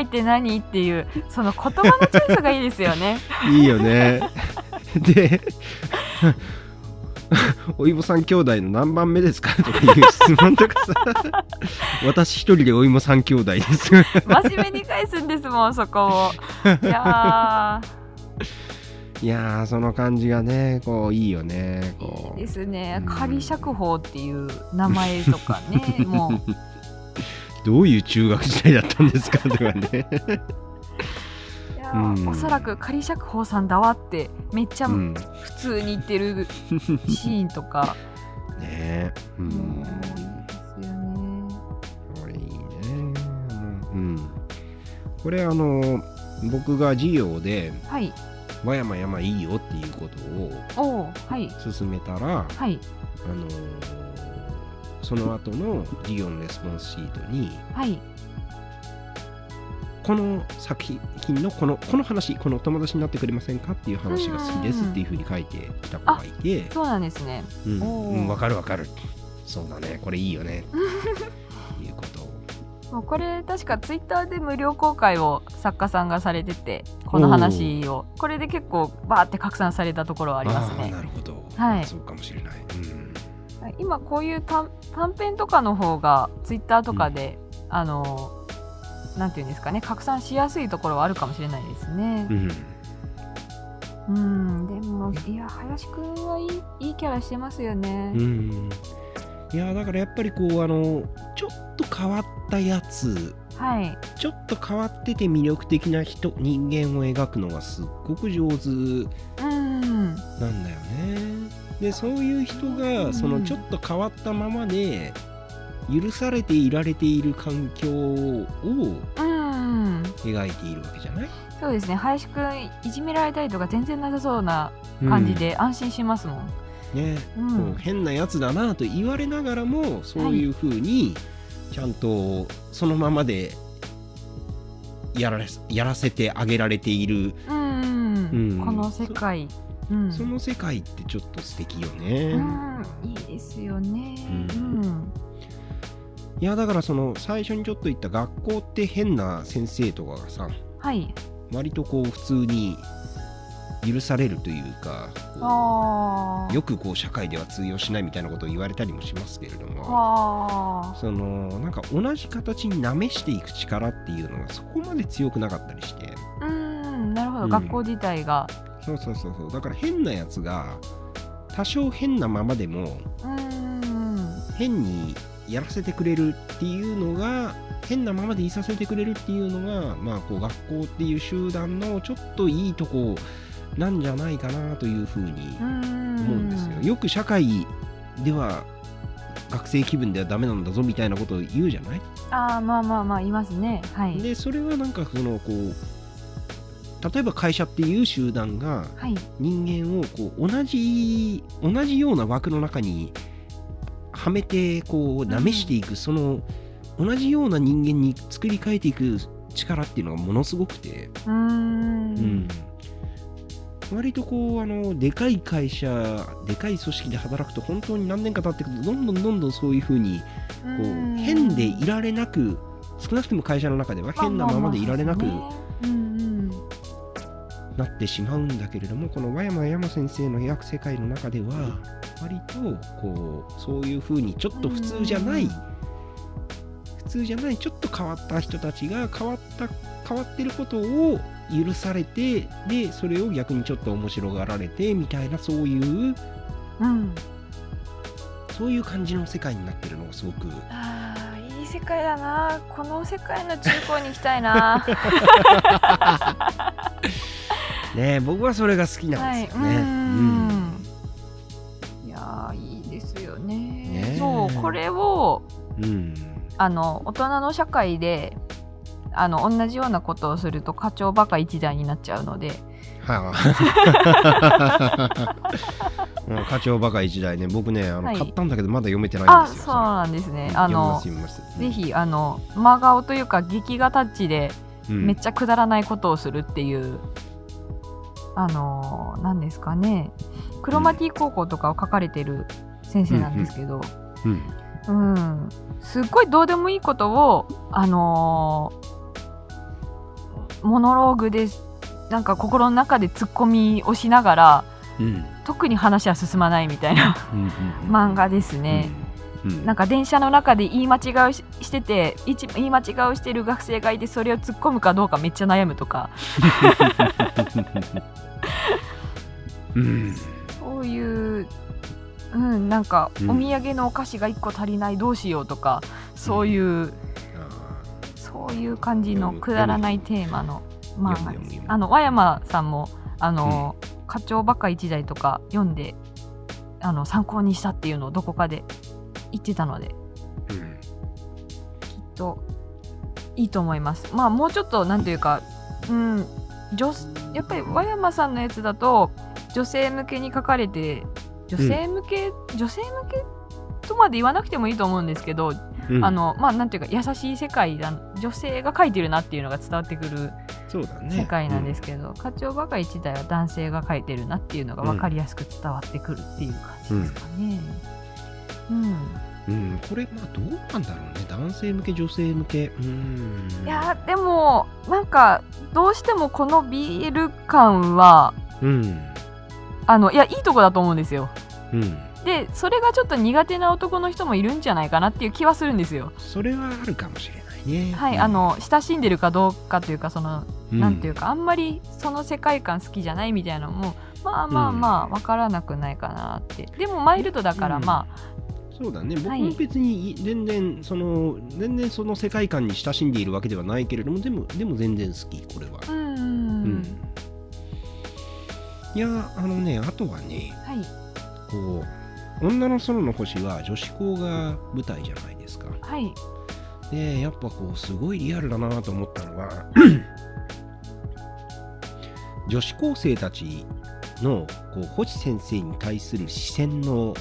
って何?」っていうその言葉の強さがいいですよね
い、いよね [LAUGHS] で [LAUGHS] お芋三兄弟の何番目ですかとかいう質問とかさ
[LAUGHS]
私一人でお芋三兄弟です [LAUGHS]
真面目に返すんですもんそこをいやー
いやーその感じがねこういいよねこう
ですね
うん
仮釈放っていう名前とか
[LAUGHS]
ねもう
どういう中学時代だったんですかとかね
いやー
うん
おそらく仮釈放さんだわってめっちゃ
うん
普
ね
通に言ってるシーンとか、
えう
うんんですよね
これいいねうんこれあの僕が授業で
はい
「和山山いいよ」っていうことを
おおはい
勧めたら
はい
あのその後の授業のレスポンスシートに
はい
この作品のこのこの話この友達になってくれませんかっていう話が好きですっていうふうに書いてきた子がいて、
そうなんですね
うん、
お
う
ー
んわかるわかるそうだねこれいいよ
[LAUGHS]
ねっていうことを
もうこれ確かツイッターで無料公開を作家さんがされててこの話をこれで結構バーって拡散されたところはあります
ー
ね
なるほど、
はい
そうかもしれない、うん
今こういう短短編とかの方がツイッターとかで、あのなんていうんですかね拡散しやすいところはあるかもしれないですね
う。ん
うん、でもいや林くんはいいいいキャラしてますよね。
うんいやーだからやっぱりこうあのちょっと変わったやつ
はい、
ちょっと変わってて魅力的な人人間を描くのがすっごく上手
うん、
なんだよねでそういう人
う
が
ん
そのちょっと変わったままで許されていられている環境を
うん、
描いているわけじゃない
そうですね林くんいじめられたりとか全然なさそうな感じ、で安心しますもん。
うんね
う
こ
ん
う、変なやつだなと言われながらもそういうふうにちゃんとそのままでやられやらせてあげられている、
うん、
うん
この世界、うん、
その世界ってちょっと素敵よね。
うん、いいですよね。
う
うんん、
いやだからその最初にちょっと言った学校って変な先生とかがさ
はい、
割とこう普通に許されるというかこ
あ
う
あ、
よくこう社会では通用しないみたいなことを言われたりもしますけれども。
あ
そのなんか同じ形になめしていく力っていうのがそこまで強くなかったりして
あ、うん、なるほど、
うん
学校自体が、
そうそうそうそうだから変なやつが多少変なままでも
うん、
変にやらせてくれるっていうのが変なままでいさせてくれるっていうのがまあこう学校っていう集団のちょっといいとこなんじゃないかなというふうに
うん、
思うんですよ。よく社会では学生気分ではダメなんだぞみたいなことを言うじゃない
ああ、まあまあまあ、いますね、はい、
でそれはなんかそのこう例えば会社っていう集団が
はい。
人間をこう同じ同じような枠の中にはめてこうなめしていく、その同じような人間に作り変えていく力っていうのがものすごくて、
うーん。
割とこうあのでかい会社でかい組織で働くと本当に何年か経ってくるとどんどんどんどんそういうふうに
こ
こう変でいられなく少なくとも会社の中では変なままでいられなく。
うん
なってしまうんだけれどもこの和山山先生の描く世界の中では割とこうそういうふうにちょっと普通じゃない
うん
普通じゃないちょっと変わった人たちが変わった変わってることを許されてでそれを逆にちょっと面白がられてみたいなそういう
うん。うん。
そういう感じの世界になってるのがすごく
ああ、いい世界だな。この世界の中高に行きたいな。
ね僕はそれが好きなんですよね。
はいううんん [LAUGHS] いやーいいですよね
ねえ
そうこれを
うん
あの大人の社会であの同じようなことをすると課長バカ一代になっちゃうので
は
[LAUGHS]
あ、もう課長バカ一台ね僕ねあの、
はい
買ったんだけどまだ読めてない
あ
んですよ
そうなんですね
それ
あの
読みます読みます
ぜひあの真顔というか劇画タッチで
うん
めっちゃくだらないことをするっていう、あのー何ですかねクロマティ高校とかを書かれてる先生なんですけど、
うん
うん、すっごいどうでもいいことを、あのーモノローグでなんか心の中でツッコミをしながら
うんうん
特に話は進まないみたいな [LAUGHS]
うん
漫画ですね、
うんうん
なんか電車の中で言い間違いをししてて一言い間違いをしてる学生がいてそれを突っ込むかどうかめっちゃ悩むとか
うん
そういう、うん、なんかお
うん
土産のお菓子が1個足りないどうしようとかそういう、
あ
そういう感じのくだらないテーマの漫画
読む読む
です
読。む
あの和山さんもあの、課長ばっか一代とか読んであの参考にしたっていうのをどこかで言ってたのできっ
ーうん
といいと思います。まあもうちょっとなんていうか、うん、女やっぱり和山さんのやつだと女性向けに書かれて女性向け、女性向けとまで言わなくてもいいと思うんですけど
うん
あのまあなんていうか優しい世界だ女性が書いてるなっていうのが伝わってくる
そうだね
世界なんですけど、課長バカ一代は男性が書いてるなっていうのが分かりやすく伝わってくるっていう感じですかね。うん、
うん、うんこれまあどうなんだろうね男性向け女性向けうん
いやーでもなんかどうしてもこの BL 感は
うん
あのいやいいとこだと思うんですよ。
うん
でそれがちょっと苦手な男の人もいるんじゃないかなっていう気はするんですよ。
それはあるかもしれないね
はい、あ、の親しんでるかどうかというかそのなんていううかあんまりその世界観好きじゃないみたいなのもまあまあまあ
うん
分からなくないかなってでもマイルドだから
うん
ま
そうだね僕
はい
も別にい全然その、全然その世界観に親しんでいるわけではないけれどもでもでも全然好きこれは
あ、うんうん
う
うん
いやーあのねあとはね
はい
こう「女の空の星」は女子校が舞台じゃないですか
はい
でやっぱこうすごいリアルだなと思ったのは [CLEARS THROAT] 女子高生たちのこう星先生に対する視線の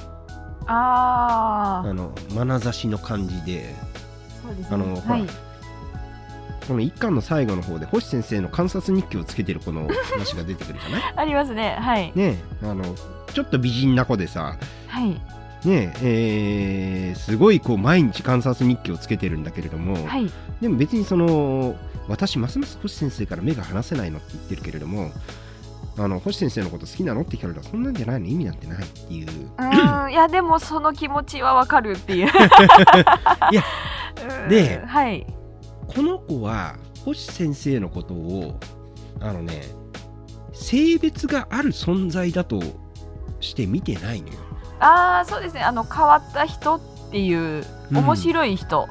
あ
ああ
の眼差しの感じで
そうですね
あのほら
はい
この一巻の最後の方で星先生の観察日記をつけてるこの話が出てくるじゃない [LAUGHS]
ありますねはい
ねえあのちょっと美人な子でさ
はい
ねええーすごいこう毎日観察日記をつけてるんだけれども、
はい
でも別にその私ますます星先生から目が離せないのって言ってるけれどもあの星先生のこと好きなのって聞かれたらそんなんじゃないの意味なんてないっていう
うーんいやでもその気持ちはわかるって
[LAUGHS]
いう
いや
うん
で
はい
この子は星先生のことをあのね性別がある存在だとして見てないのよ。
ああそうですねあの変わった人っていう
うん
面白い人、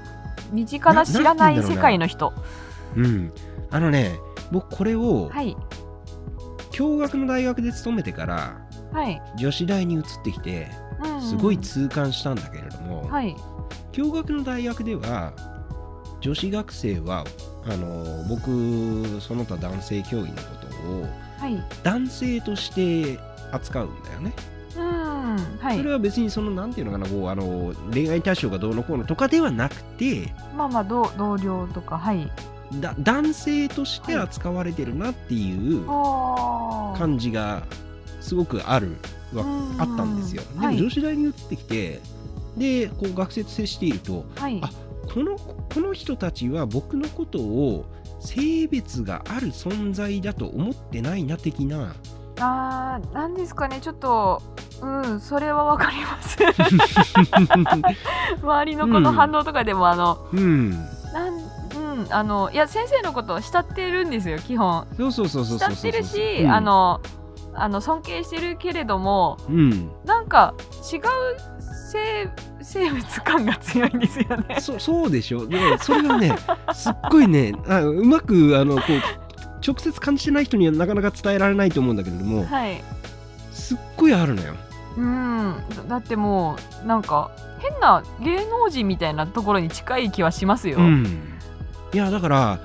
身近な
な
知らな
ないんて言うんだろうな
世界の人
うん、あのね僕これを
はい
共学の大学で勤めてから
はい、
女子大に移ってきて
うん
すごい痛感したんだけれども、
はい
共学の大学では女子学生はあの僕その他男性教員のことを
はい。
男性として扱うんだよね、
うん。は
それ
い。
は別にそのなんていうのかなこうあの恋愛対象がどうのこうのとかではなくて
まあまあ、同同僚とか、はい。
だ男性として扱われてるなっていう
ああ。
感じがすごくあるわ
うん
あったんですよ。で
は
も
い
女。子大に移ってきてでこう学生と接していると
はい
あ。このこの人たちは僕のことを性別がある存在だと思ってないな的
[LAUGHS]
な
あーなんですかねちょっとうんそれはわかります
[LAUGHS]
周りの子の反応とかでも、あの
うん
なんうんあのいや先生のことを慕ってるんですよ基本
そうそうそうそうそう
慕
そう
ってるし、
うん
あのあの尊敬してるけれども
うん
なんか違う生生物感が強いんですよね
そそうでしょでそれ
[LAUGHS]
がねすっごいねあうまくあのこう直接感じてない人にはなかなか伝えられないと思うんだけれども
はい
すっごいあるのよ
うんだだってもうなんか変な芸能人みたいなところに近い気はしますよ、
うん、いやだから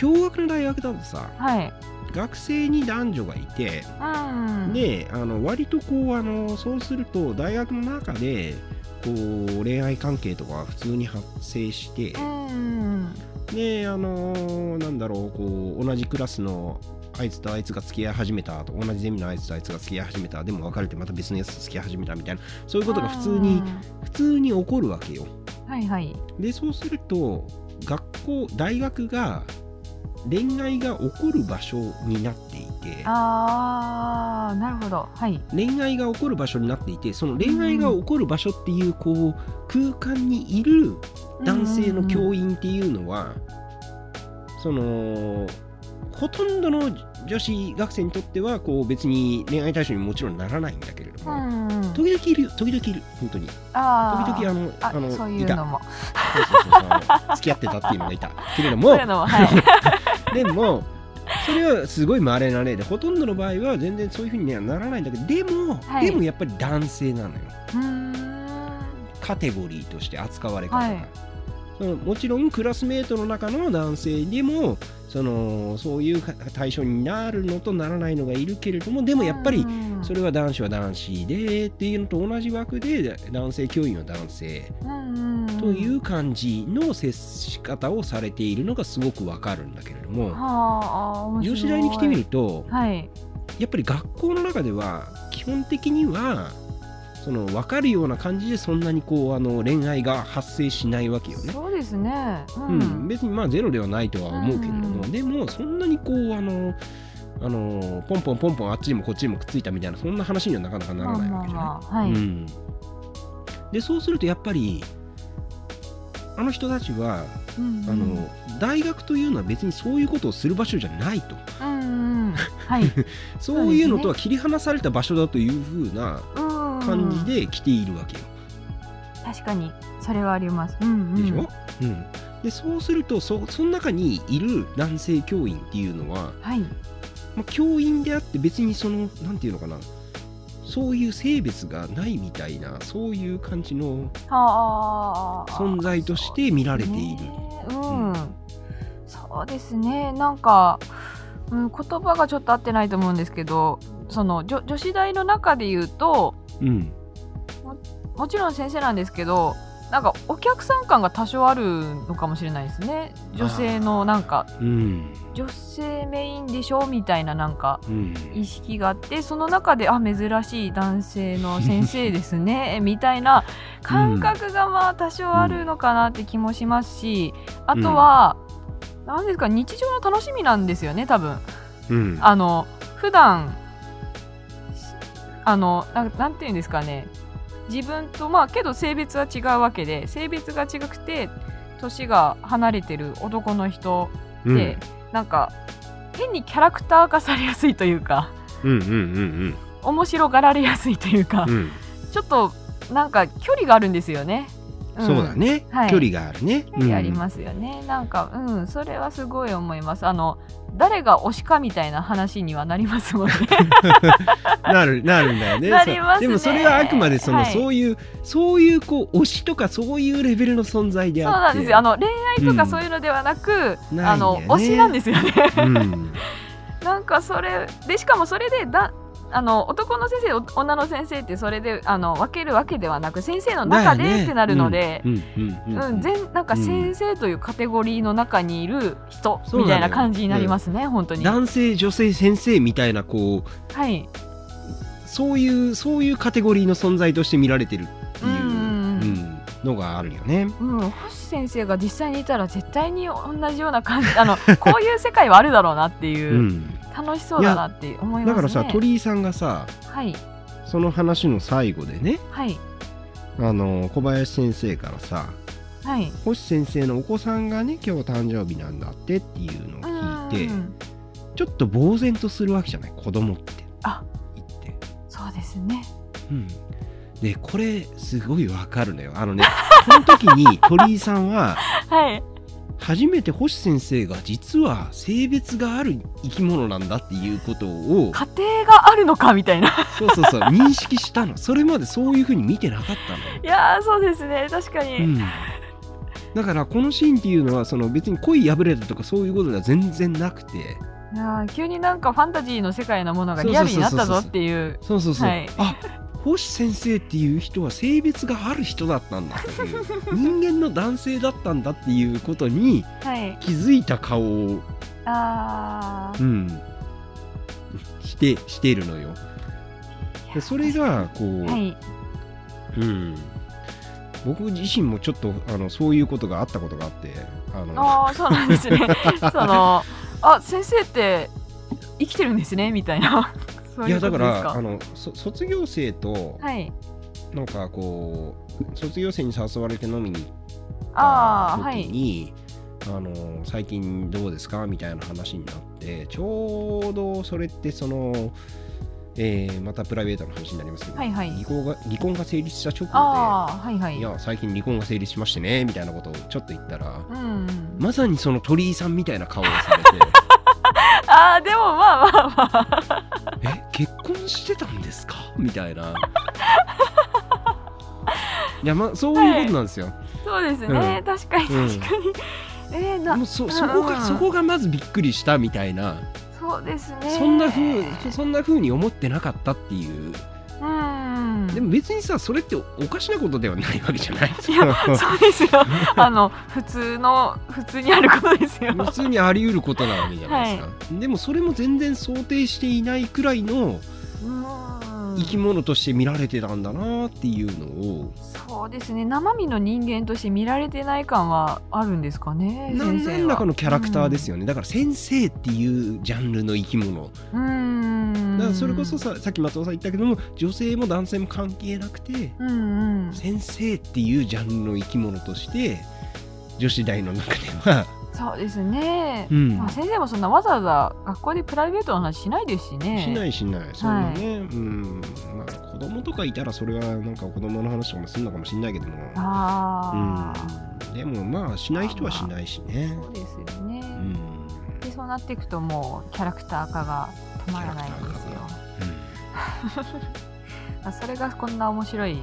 共学の大学だとさ
はい
学生に男女がいて、
うん
であの割とこうあのそうすると大学の中でこう恋愛関係とかは普通に発生して
う、ん
であのなんだろうこう同じクラスのあいつとあいつが付き合い始めたと同じゼミのあいつとあいつが付き合い始めたでも別れてまた別のやつと付き合い始めたみたいなそういうことが普通に普通に起こるわけよ。
うんはいはい
でそうすると学校大学が恋愛が起こる場所になっていて
ああなるほどはい
恋愛が起こる場所になっていてその恋愛が起こる場所っていうこう空間にいる男性の
育
教員っていうのはそのほとんどの女子学生にとってはこう別に恋愛対象にもちろんならないんだけれど
う
も。
んうん
時々いるよ時々いる本当に時
あー
々あの
あ
の
そういう
た
のも
そうそうそうそうあの付き合ってたっていうのがいたけれども
そういうのもはい
でもそれはすごい稀な例でほとんどの場合は全然そういうふうにはならないんだけどでも、
はい
でもやっぱり男性なのよ
うーん
カテゴリーとして扱われ方が、
はい
そのもちろんクラスメートの中の男性でもそのそういうか対象になるのとならないのがいるけれどもでもやっぱり
うん
それは男子は男子でっていうのと同じ枠で男性教員は男性
うんうん
という感じの接し方をされているのがすごくわかるんだけれども
はあ面白い
吉大に来てみると、
はい
やっぱり学校の中では基本的にはその分かるような感じでそんなにこうあの恋愛が発生しないわけよね。
そうですねう
うんん、別にまあゼロではないとは思うけれども、
うん
でもそんなにこうあのあのポンポンポンポンあっちにもこっちにもくっついたみたいなそんな話にはなかなかな
ま
ら
あ
ない
ま
わ
あ
けじゃない。
まあは
う
い
ん、でそうするとやっぱりあの人たちは
うん
あの、大学というのは別にそういうことをする場所じゃないと。
うんうん
[LAUGHS]
はい
そういうのとは切り離された場所だというふうな感
感
じで来ているわけよ。
確かにそれはありますうんうん
でしょ、うんでそうするとそその中にいる男性教員っていうのは、
はい
まあ、教員であって別にそのなんていうのかなそういう性別がないみたいなそういう感じの
はあ
存在として見られている。
ね
う
うんん、そうですね。なんか、うん、言葉がちょっと合ってないと思うんですけど、その女女子大の中で言うと、
うん、
もちろん先生なんですけど、なんかお客さん感が多少あるのかもしれないですね。女性のなんか
うん
女性メインでしょみたいななんか。
うん
意識があってその中であ珍しい男性の先生ですね [LAUGHS] みたいな感覚がまあ多少あるのかなって気もしますし、あとは何、なん、ですか日常の楽しみなんですよね多分
うん
あの普段あのなんなんていうんですかね自分とまあけど性別は違うわけで性別が違くて年が離れてる男の人
うん
でなんか変にキャラクター化されやすいというか。
うんうんうん
面白がられやすいというか、
うんうん
ちょっとなんか距離があるんですよね。ん
そうだね、
はい
距離があるね。。
距離ありますすよね。なんか、うん、それはすごい思います。あの、誰が推しかみたいな話にはなりますもんね。
なるなるんだよね
なりま
そ
すね
うでもそれはあくまでその、
はい
そういうそういうこう推しとかそう [LAUGHS] いうレベルの存在で
そう
あ
な
って
んですよ。あの恋愛とかそういうのではなく、
うん
あの
ないんだよね
推しなんですよね。
うん
[LAUGHS] なんかそれでしかもそれでだあの男の先生お女の先生ってそれであの分けるわけではなく先生の中
だよ
で
ね
ってなるので。
うんうんうん
うん、全なんか先生というカテゴリーの中にいる人
そう
み
なんだよ
たいな感じになりますね、本当に。
男性女性先生みたいなこう
はい、
そういうそういうカテゴリーの存在として見られてるっていう、
うんうんうん
うんのがあるよね。
うん、星先生が実際にいたら絶対に同じような感じあの [LAUGHS] こういう世界はあるだろうなっていうう、
ん、
楽しそうだなって思いますね。
だからさ鳥居さんがさ
はい
その話の最後でね
はい
あの小林先生からさ
はい。
星先生のお子さんがね今日誕生日なんだってっていうのを聞いて
うん
ちょっと呆然とするわけじゃない子供って
あ
言って、
そうですね。 [LAUGHS]
うん、でこれすごいわかるのよあのね [LAUGHS] この時に鳥居さんは
はい。
初めて星先生が実は性別がある生き物なんだっていうこと
[LAUGHS]
を
家庭があるのかみたいな。 [LAUGHS]
そうそうそう認識したのそれまでそういうふうに見てなかったのよ
いやーそうですね確か
う
に。
ん、だからこのシーンっていうのはその別に恋破れたとかそういうことでは全然なくて
いやー急になんかファンタジーの世界のものがリアルになったぞっていう。
そうそうそう、
はい
あ星先生っていう人は性別がある人だったんだって
[LAUGHS]
いう人間の男性だったんだっていうことに
はい。
気づいた顔を、
あ
う
ー
ん、してしているのよ。でそれがこう、
はい。
うん、僕自身もちょっとあのそういうことがあったことがあってあの
あーそうなんで
[LAUGHS]
すね。そのあ先生って生きてるんですねみたいな。そう
[LAUGHS] い
い
や
うこ
だ
と
か
です
らあ
か。
のそ卒業生と
はい。
なんかこう卒業生に誘われて飲みに行った
ああは
時
い。
にあ、の最近どうですかみたいな話になってちょうどそれってその、えーまたプライベートの話になりますけど、
はいはい
離婚が離婚が成立した直後
ああはいは
で
い。
いや最近離婚が成立しましてねみたいなことをちょっと言ったら
うん。
まさにその鳥居さんみたいな顔をされて。
ああでもまあまあまあ。 [LAUGHS]
え結婚してたんですかみたいないやまあそういうことなんですよ、
そうですね、
う
確かに
うん
確かに、えー、な
もうそそこ
う
が
ん
そこがまずびっくりしたみたいな、
そうですね
そんなふ
う
うそんなふうに思ってなかったっていう
うん
でも別にさそれっておおかしなことではないわけじゃない
いやそうですよあの普通の普通にあることですよ
普通にあり得ることなわけじゃないですか、でもそれも全然想定していないくらいの
うん
生き物として見られてたんだなっていうのを、
そうですね生身の人間として見られてない感はあるんですかね
な
先生は
何らかのキャラクターです
よ
よね、だから先生っていうジャンルの生き物
うんうん
だからそれこそささっき松尾さん言ったけども女性も男性も関係なくて
うんうん
先生っていうジャンルの生き物として女子大の中では、
そうですね、
うん
まあ、先生もそんなわざわざ学校でプライベートの話しないですしね
しないしないそんなね、うんまあ子供とかいたらそれはなんか子供の話とかもするのかもしれないけども、
ああ、
うん、でもまあしない人はしないしね、
そうですよね、
うんうん
でそうなっていくともうキャラクター化が止まらないんです
キャラクター
よ
化
あそれがこんな面白い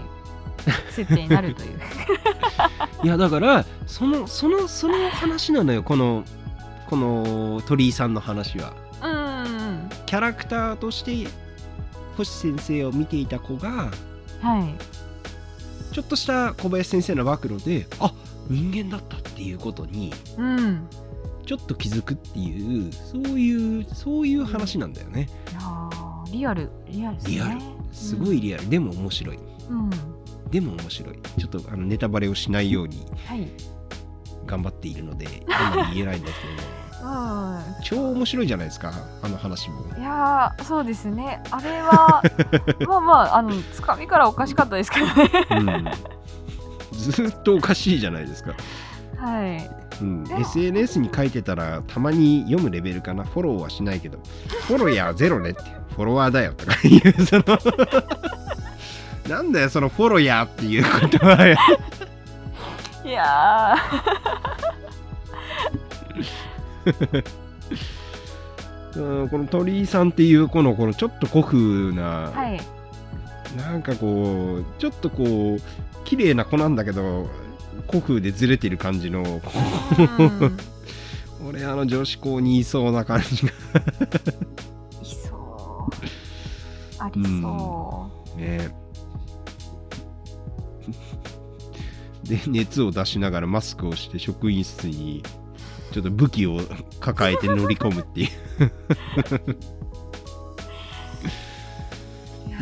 設定になるという
[LAUGHS] いやだからそのそのその話なのよこのこの鳥居さんの話は。
うんうん
キャラクターとして星先生を見ていた子が
はい
ちょっとした小林先生の暴露であ人間だったっていうことに
うん
ちょっと気づくっていうそういうそういう話なんだよね
いやーリアルリアルですね
リアルすごいリアル、でも面白い
うん、うん
でも面白いちょっとあのネタバレをしないように
はい
頑張っているので今言えないんですけど超面白いじゃないですかあの話も
うんいやーそうですねあれ
[LAUGHS]
はまあまああのつかみからおかしかったですけどね
うんずーっとおかしいじゃないですか
はい
うん
でも
SNS に書いてたらたまに読むレベルかなフォローはしないけどフォローはゼロねってフォロワーだよとかいうそのなんだよそのフォロヤーっていう言葉よ
いや
うんこの鳥居さんっていうこのこのちょっと古風な、
はい。
なんかこうちょっとこう綺麗な子なんだけど古風でずれてる感じの
うん
俺あの女子校にいそうな感じが
いそう。ありそ
ねで熱を出しながらマスクをして職員室にちょっと武器を抱えて乗り込むっていう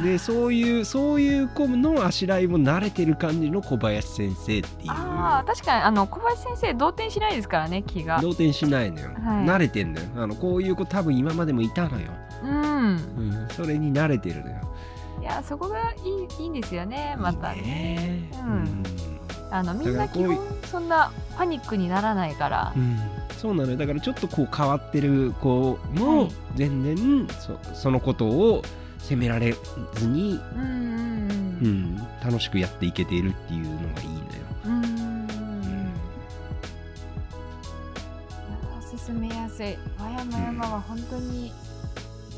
でそういうそういう子のあしらいも慣れてる感じの小林先生っていう
う。ああ、確かに、あの、小林先生、動転しないですからね、気が。
動転しないのよ、
はい
慣れてんのよあのこういう子多分今までもいたのよ、
うん。
うん、それに慣れてるのよ
いや、そこがいい、いいんですよね、また
いい。ね
うんあの、みん
だ
な
からこうい
基
う
本、そんなパニックにならないから
う。んそうなのよだからちょっとこう変わってる子
は
も
い
全然そそのことを責められずに、
うんうんうん
う。ん、楽しくやっていけているっていうのがいいのよ。
うーんあー進めやすい和山山は本当に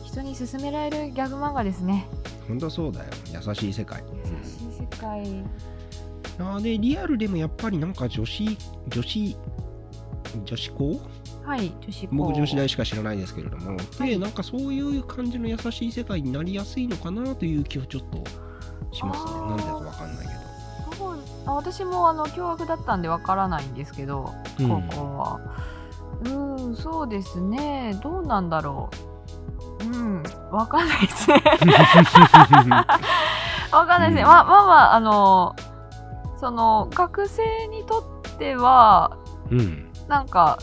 人に勧められるギャグ漫画ですね
ほんとそうだよ優しい世界。
優しい世界
あーでリアルでもやっぱりなんか女子女子女子校
はい女子校
僕女子大しか知らないですけれども、でなんかそういう感じの優しい世界になりやすいのかなという気をちょっとします
あ
ね
ー
なんだかわかんない
そうあ私もあの共学だったんでわからないんですけど
けど、
高校はうんんそうですねどうなんだろううんわかんないです
[LAUGHS]
ねわかんないですね。
うん
まあまあまあ、あの、その、学生にとっては、
うん、うん
なんか、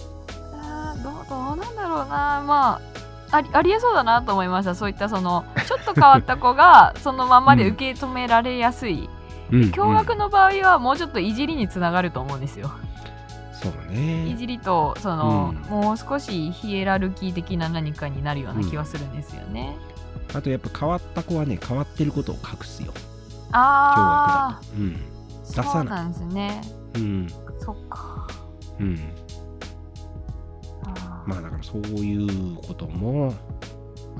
あーどうどうなんだろうな、まあ、ありありえそうだなと思いました。そういった、
[LAUGHS]
その、ちょっと変わった子が、そのままで受け止められやすい。
うん、
驚愕の場合は、もうちょっといじりにつながると思うんですよ。
そうだね
いじりと、その、
うん
もう少しヒエラルキー的な何かになるような気はするんですよね。
あとやっぱ変わった子はね変わってることを隠すよ
ああ、
うんだと
そうなんですね。
うん
そっか。
うん
あー
まあだからそういうことも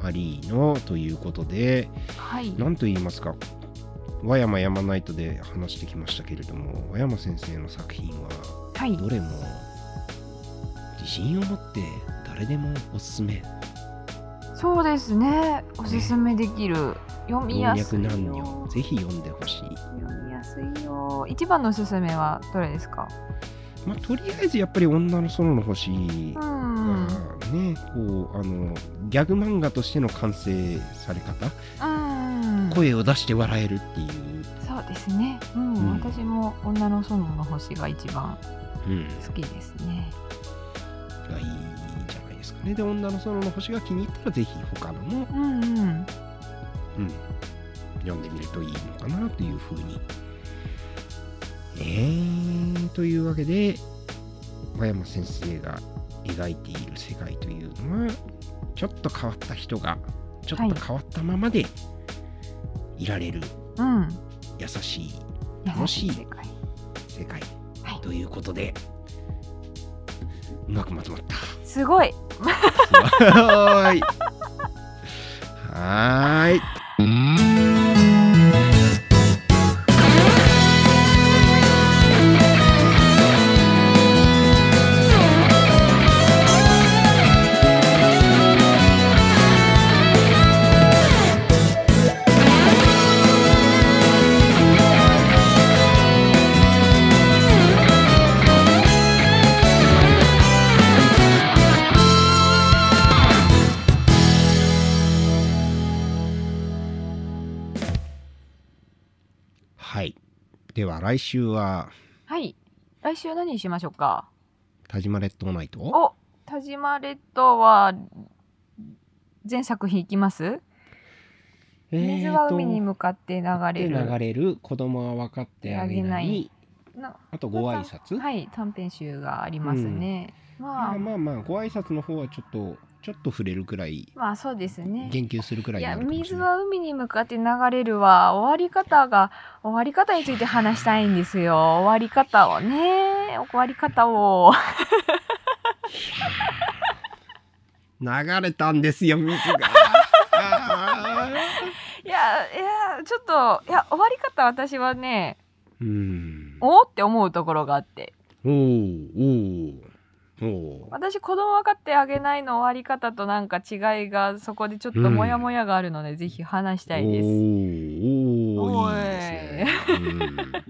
ありのということで
はい。
何と言いますか和山山ナイトで話してきましたけれども和山先生の作品は
はい。
どれも自信を持って誰でもおすすめ
そうですね。おすすめできる。読み
老
やす
若
いよ。
男女
読
ぜひ読んでほしい
みやすいよ。一番のおすすめはどれですか。
まあとりあえずやっぱり女の園の星
うん。うん。
がねこうあのギャグ漫画としての完成され方、声を出して笑えるっていう、
そうですね。うん。
うん
私も女の園の星が一番
うん
好きですね。
がいいんじゃないですかねで女の園の星が気に入ったらぜひ他のも、
うんう
う
ん。
ん、読んでみるといいのかなというふうにねえというわけで和山先生が描いている世界というのはちょっと変わった人がちょっと変わったままでいられる
うん。
優しい
優しい
もし
世界。
世界、
はい
ということでうまくまとまっ
すごい。
たはーいはーいはいでは来週は
はい。来週は何にしましょうか。
田島列島ナイト
お、田島列島は。全作品いきます。水は海に
向
向かって流れる。
流れる子供は分かってあげない
な
あとご挨拶、
はい、短編集がありますね。まあ、
まあまあご挨拶の方はちょっとちょっと触れるくらい
まあ、そうですね。
言及するくらい
い
にな
や、
るかもしれない
水は海に向かって流れるは、終わり方が、終わり方について話したいんですよ。終わり方をね、終わり方を。
流れたんですよ、
[LAUGHS]
水が。あ
[LAUGHS] いや、いや、ちょっと、いや、終わり方私はね、
ーうん。お
おーって思うところがあって。
ーおーおー
私、子供分かってあげないの終わり方となんか違いが、そこでちょっと
うん
モヤモヤがあるので、ぜひ話したいです。
おーおーいいですね。うん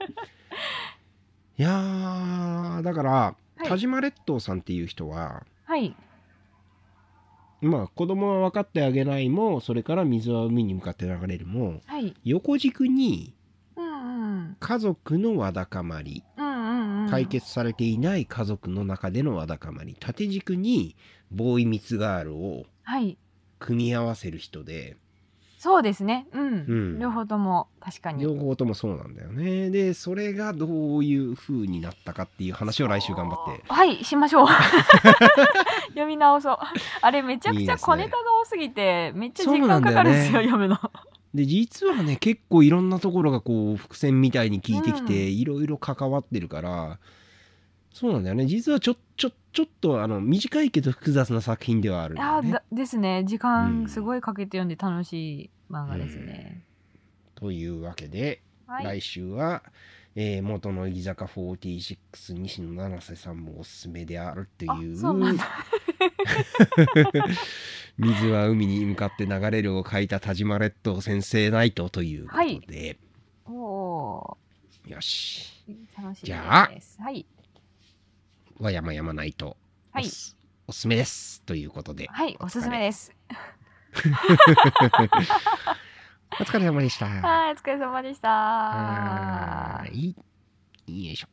いやーだから、
い
田島列島さんっていう人は
はい。
まあ子供は分かってあげないもそれから水は海に向かって流れるも
はい。
横軸に
うんうん。
家族のわだかまり
うんうんうん。
解決されていない家族の中でのわだかまり縦軸にボーイ・ミツガールを
はい。
組み合わせる人で
そうですね。うん。
うん
両方とも、確かに。
両方ともそうなんだよねでそれがどういう風になったかっていう話を来週頑張って
はい、しましょう。 [LAUGHS] 読み直そう。あれ、めちゃく
いい
ち
で
ゃ
すね
小ネタが多すぎて、めっちゃ時
そうな
間
んだ
か
よ
か
ね
るんですよ、読
[LAUGHS]
むの。
で実はね結構いろんなところがこう伏線みたいに効いてきて、
うん
いろいろ関わってるからそうなんだよね実はちょちょちょっとあの短いけど複雑な作品ではあるんだ
あ
よ
ー
ね
だですね。時間すごいかけて読んで楽しい漫画ですね。
というわけで、
はい。
来週は、えー元の乃木坂46西野七瀬さんもおすすめであるという
あそうなん
[LAUGHS] 水は海に向かって流れるを書いた田島列島先生ナイトということで、
おお
よし
ー、楽しみ
じゃあ
です。はい。
は山々ないとお
はい。
すおすすめですということで、
はい、おすすめです。
お疲れ様でした。
はい、お疲れ様でした。
はーい。よいしょ。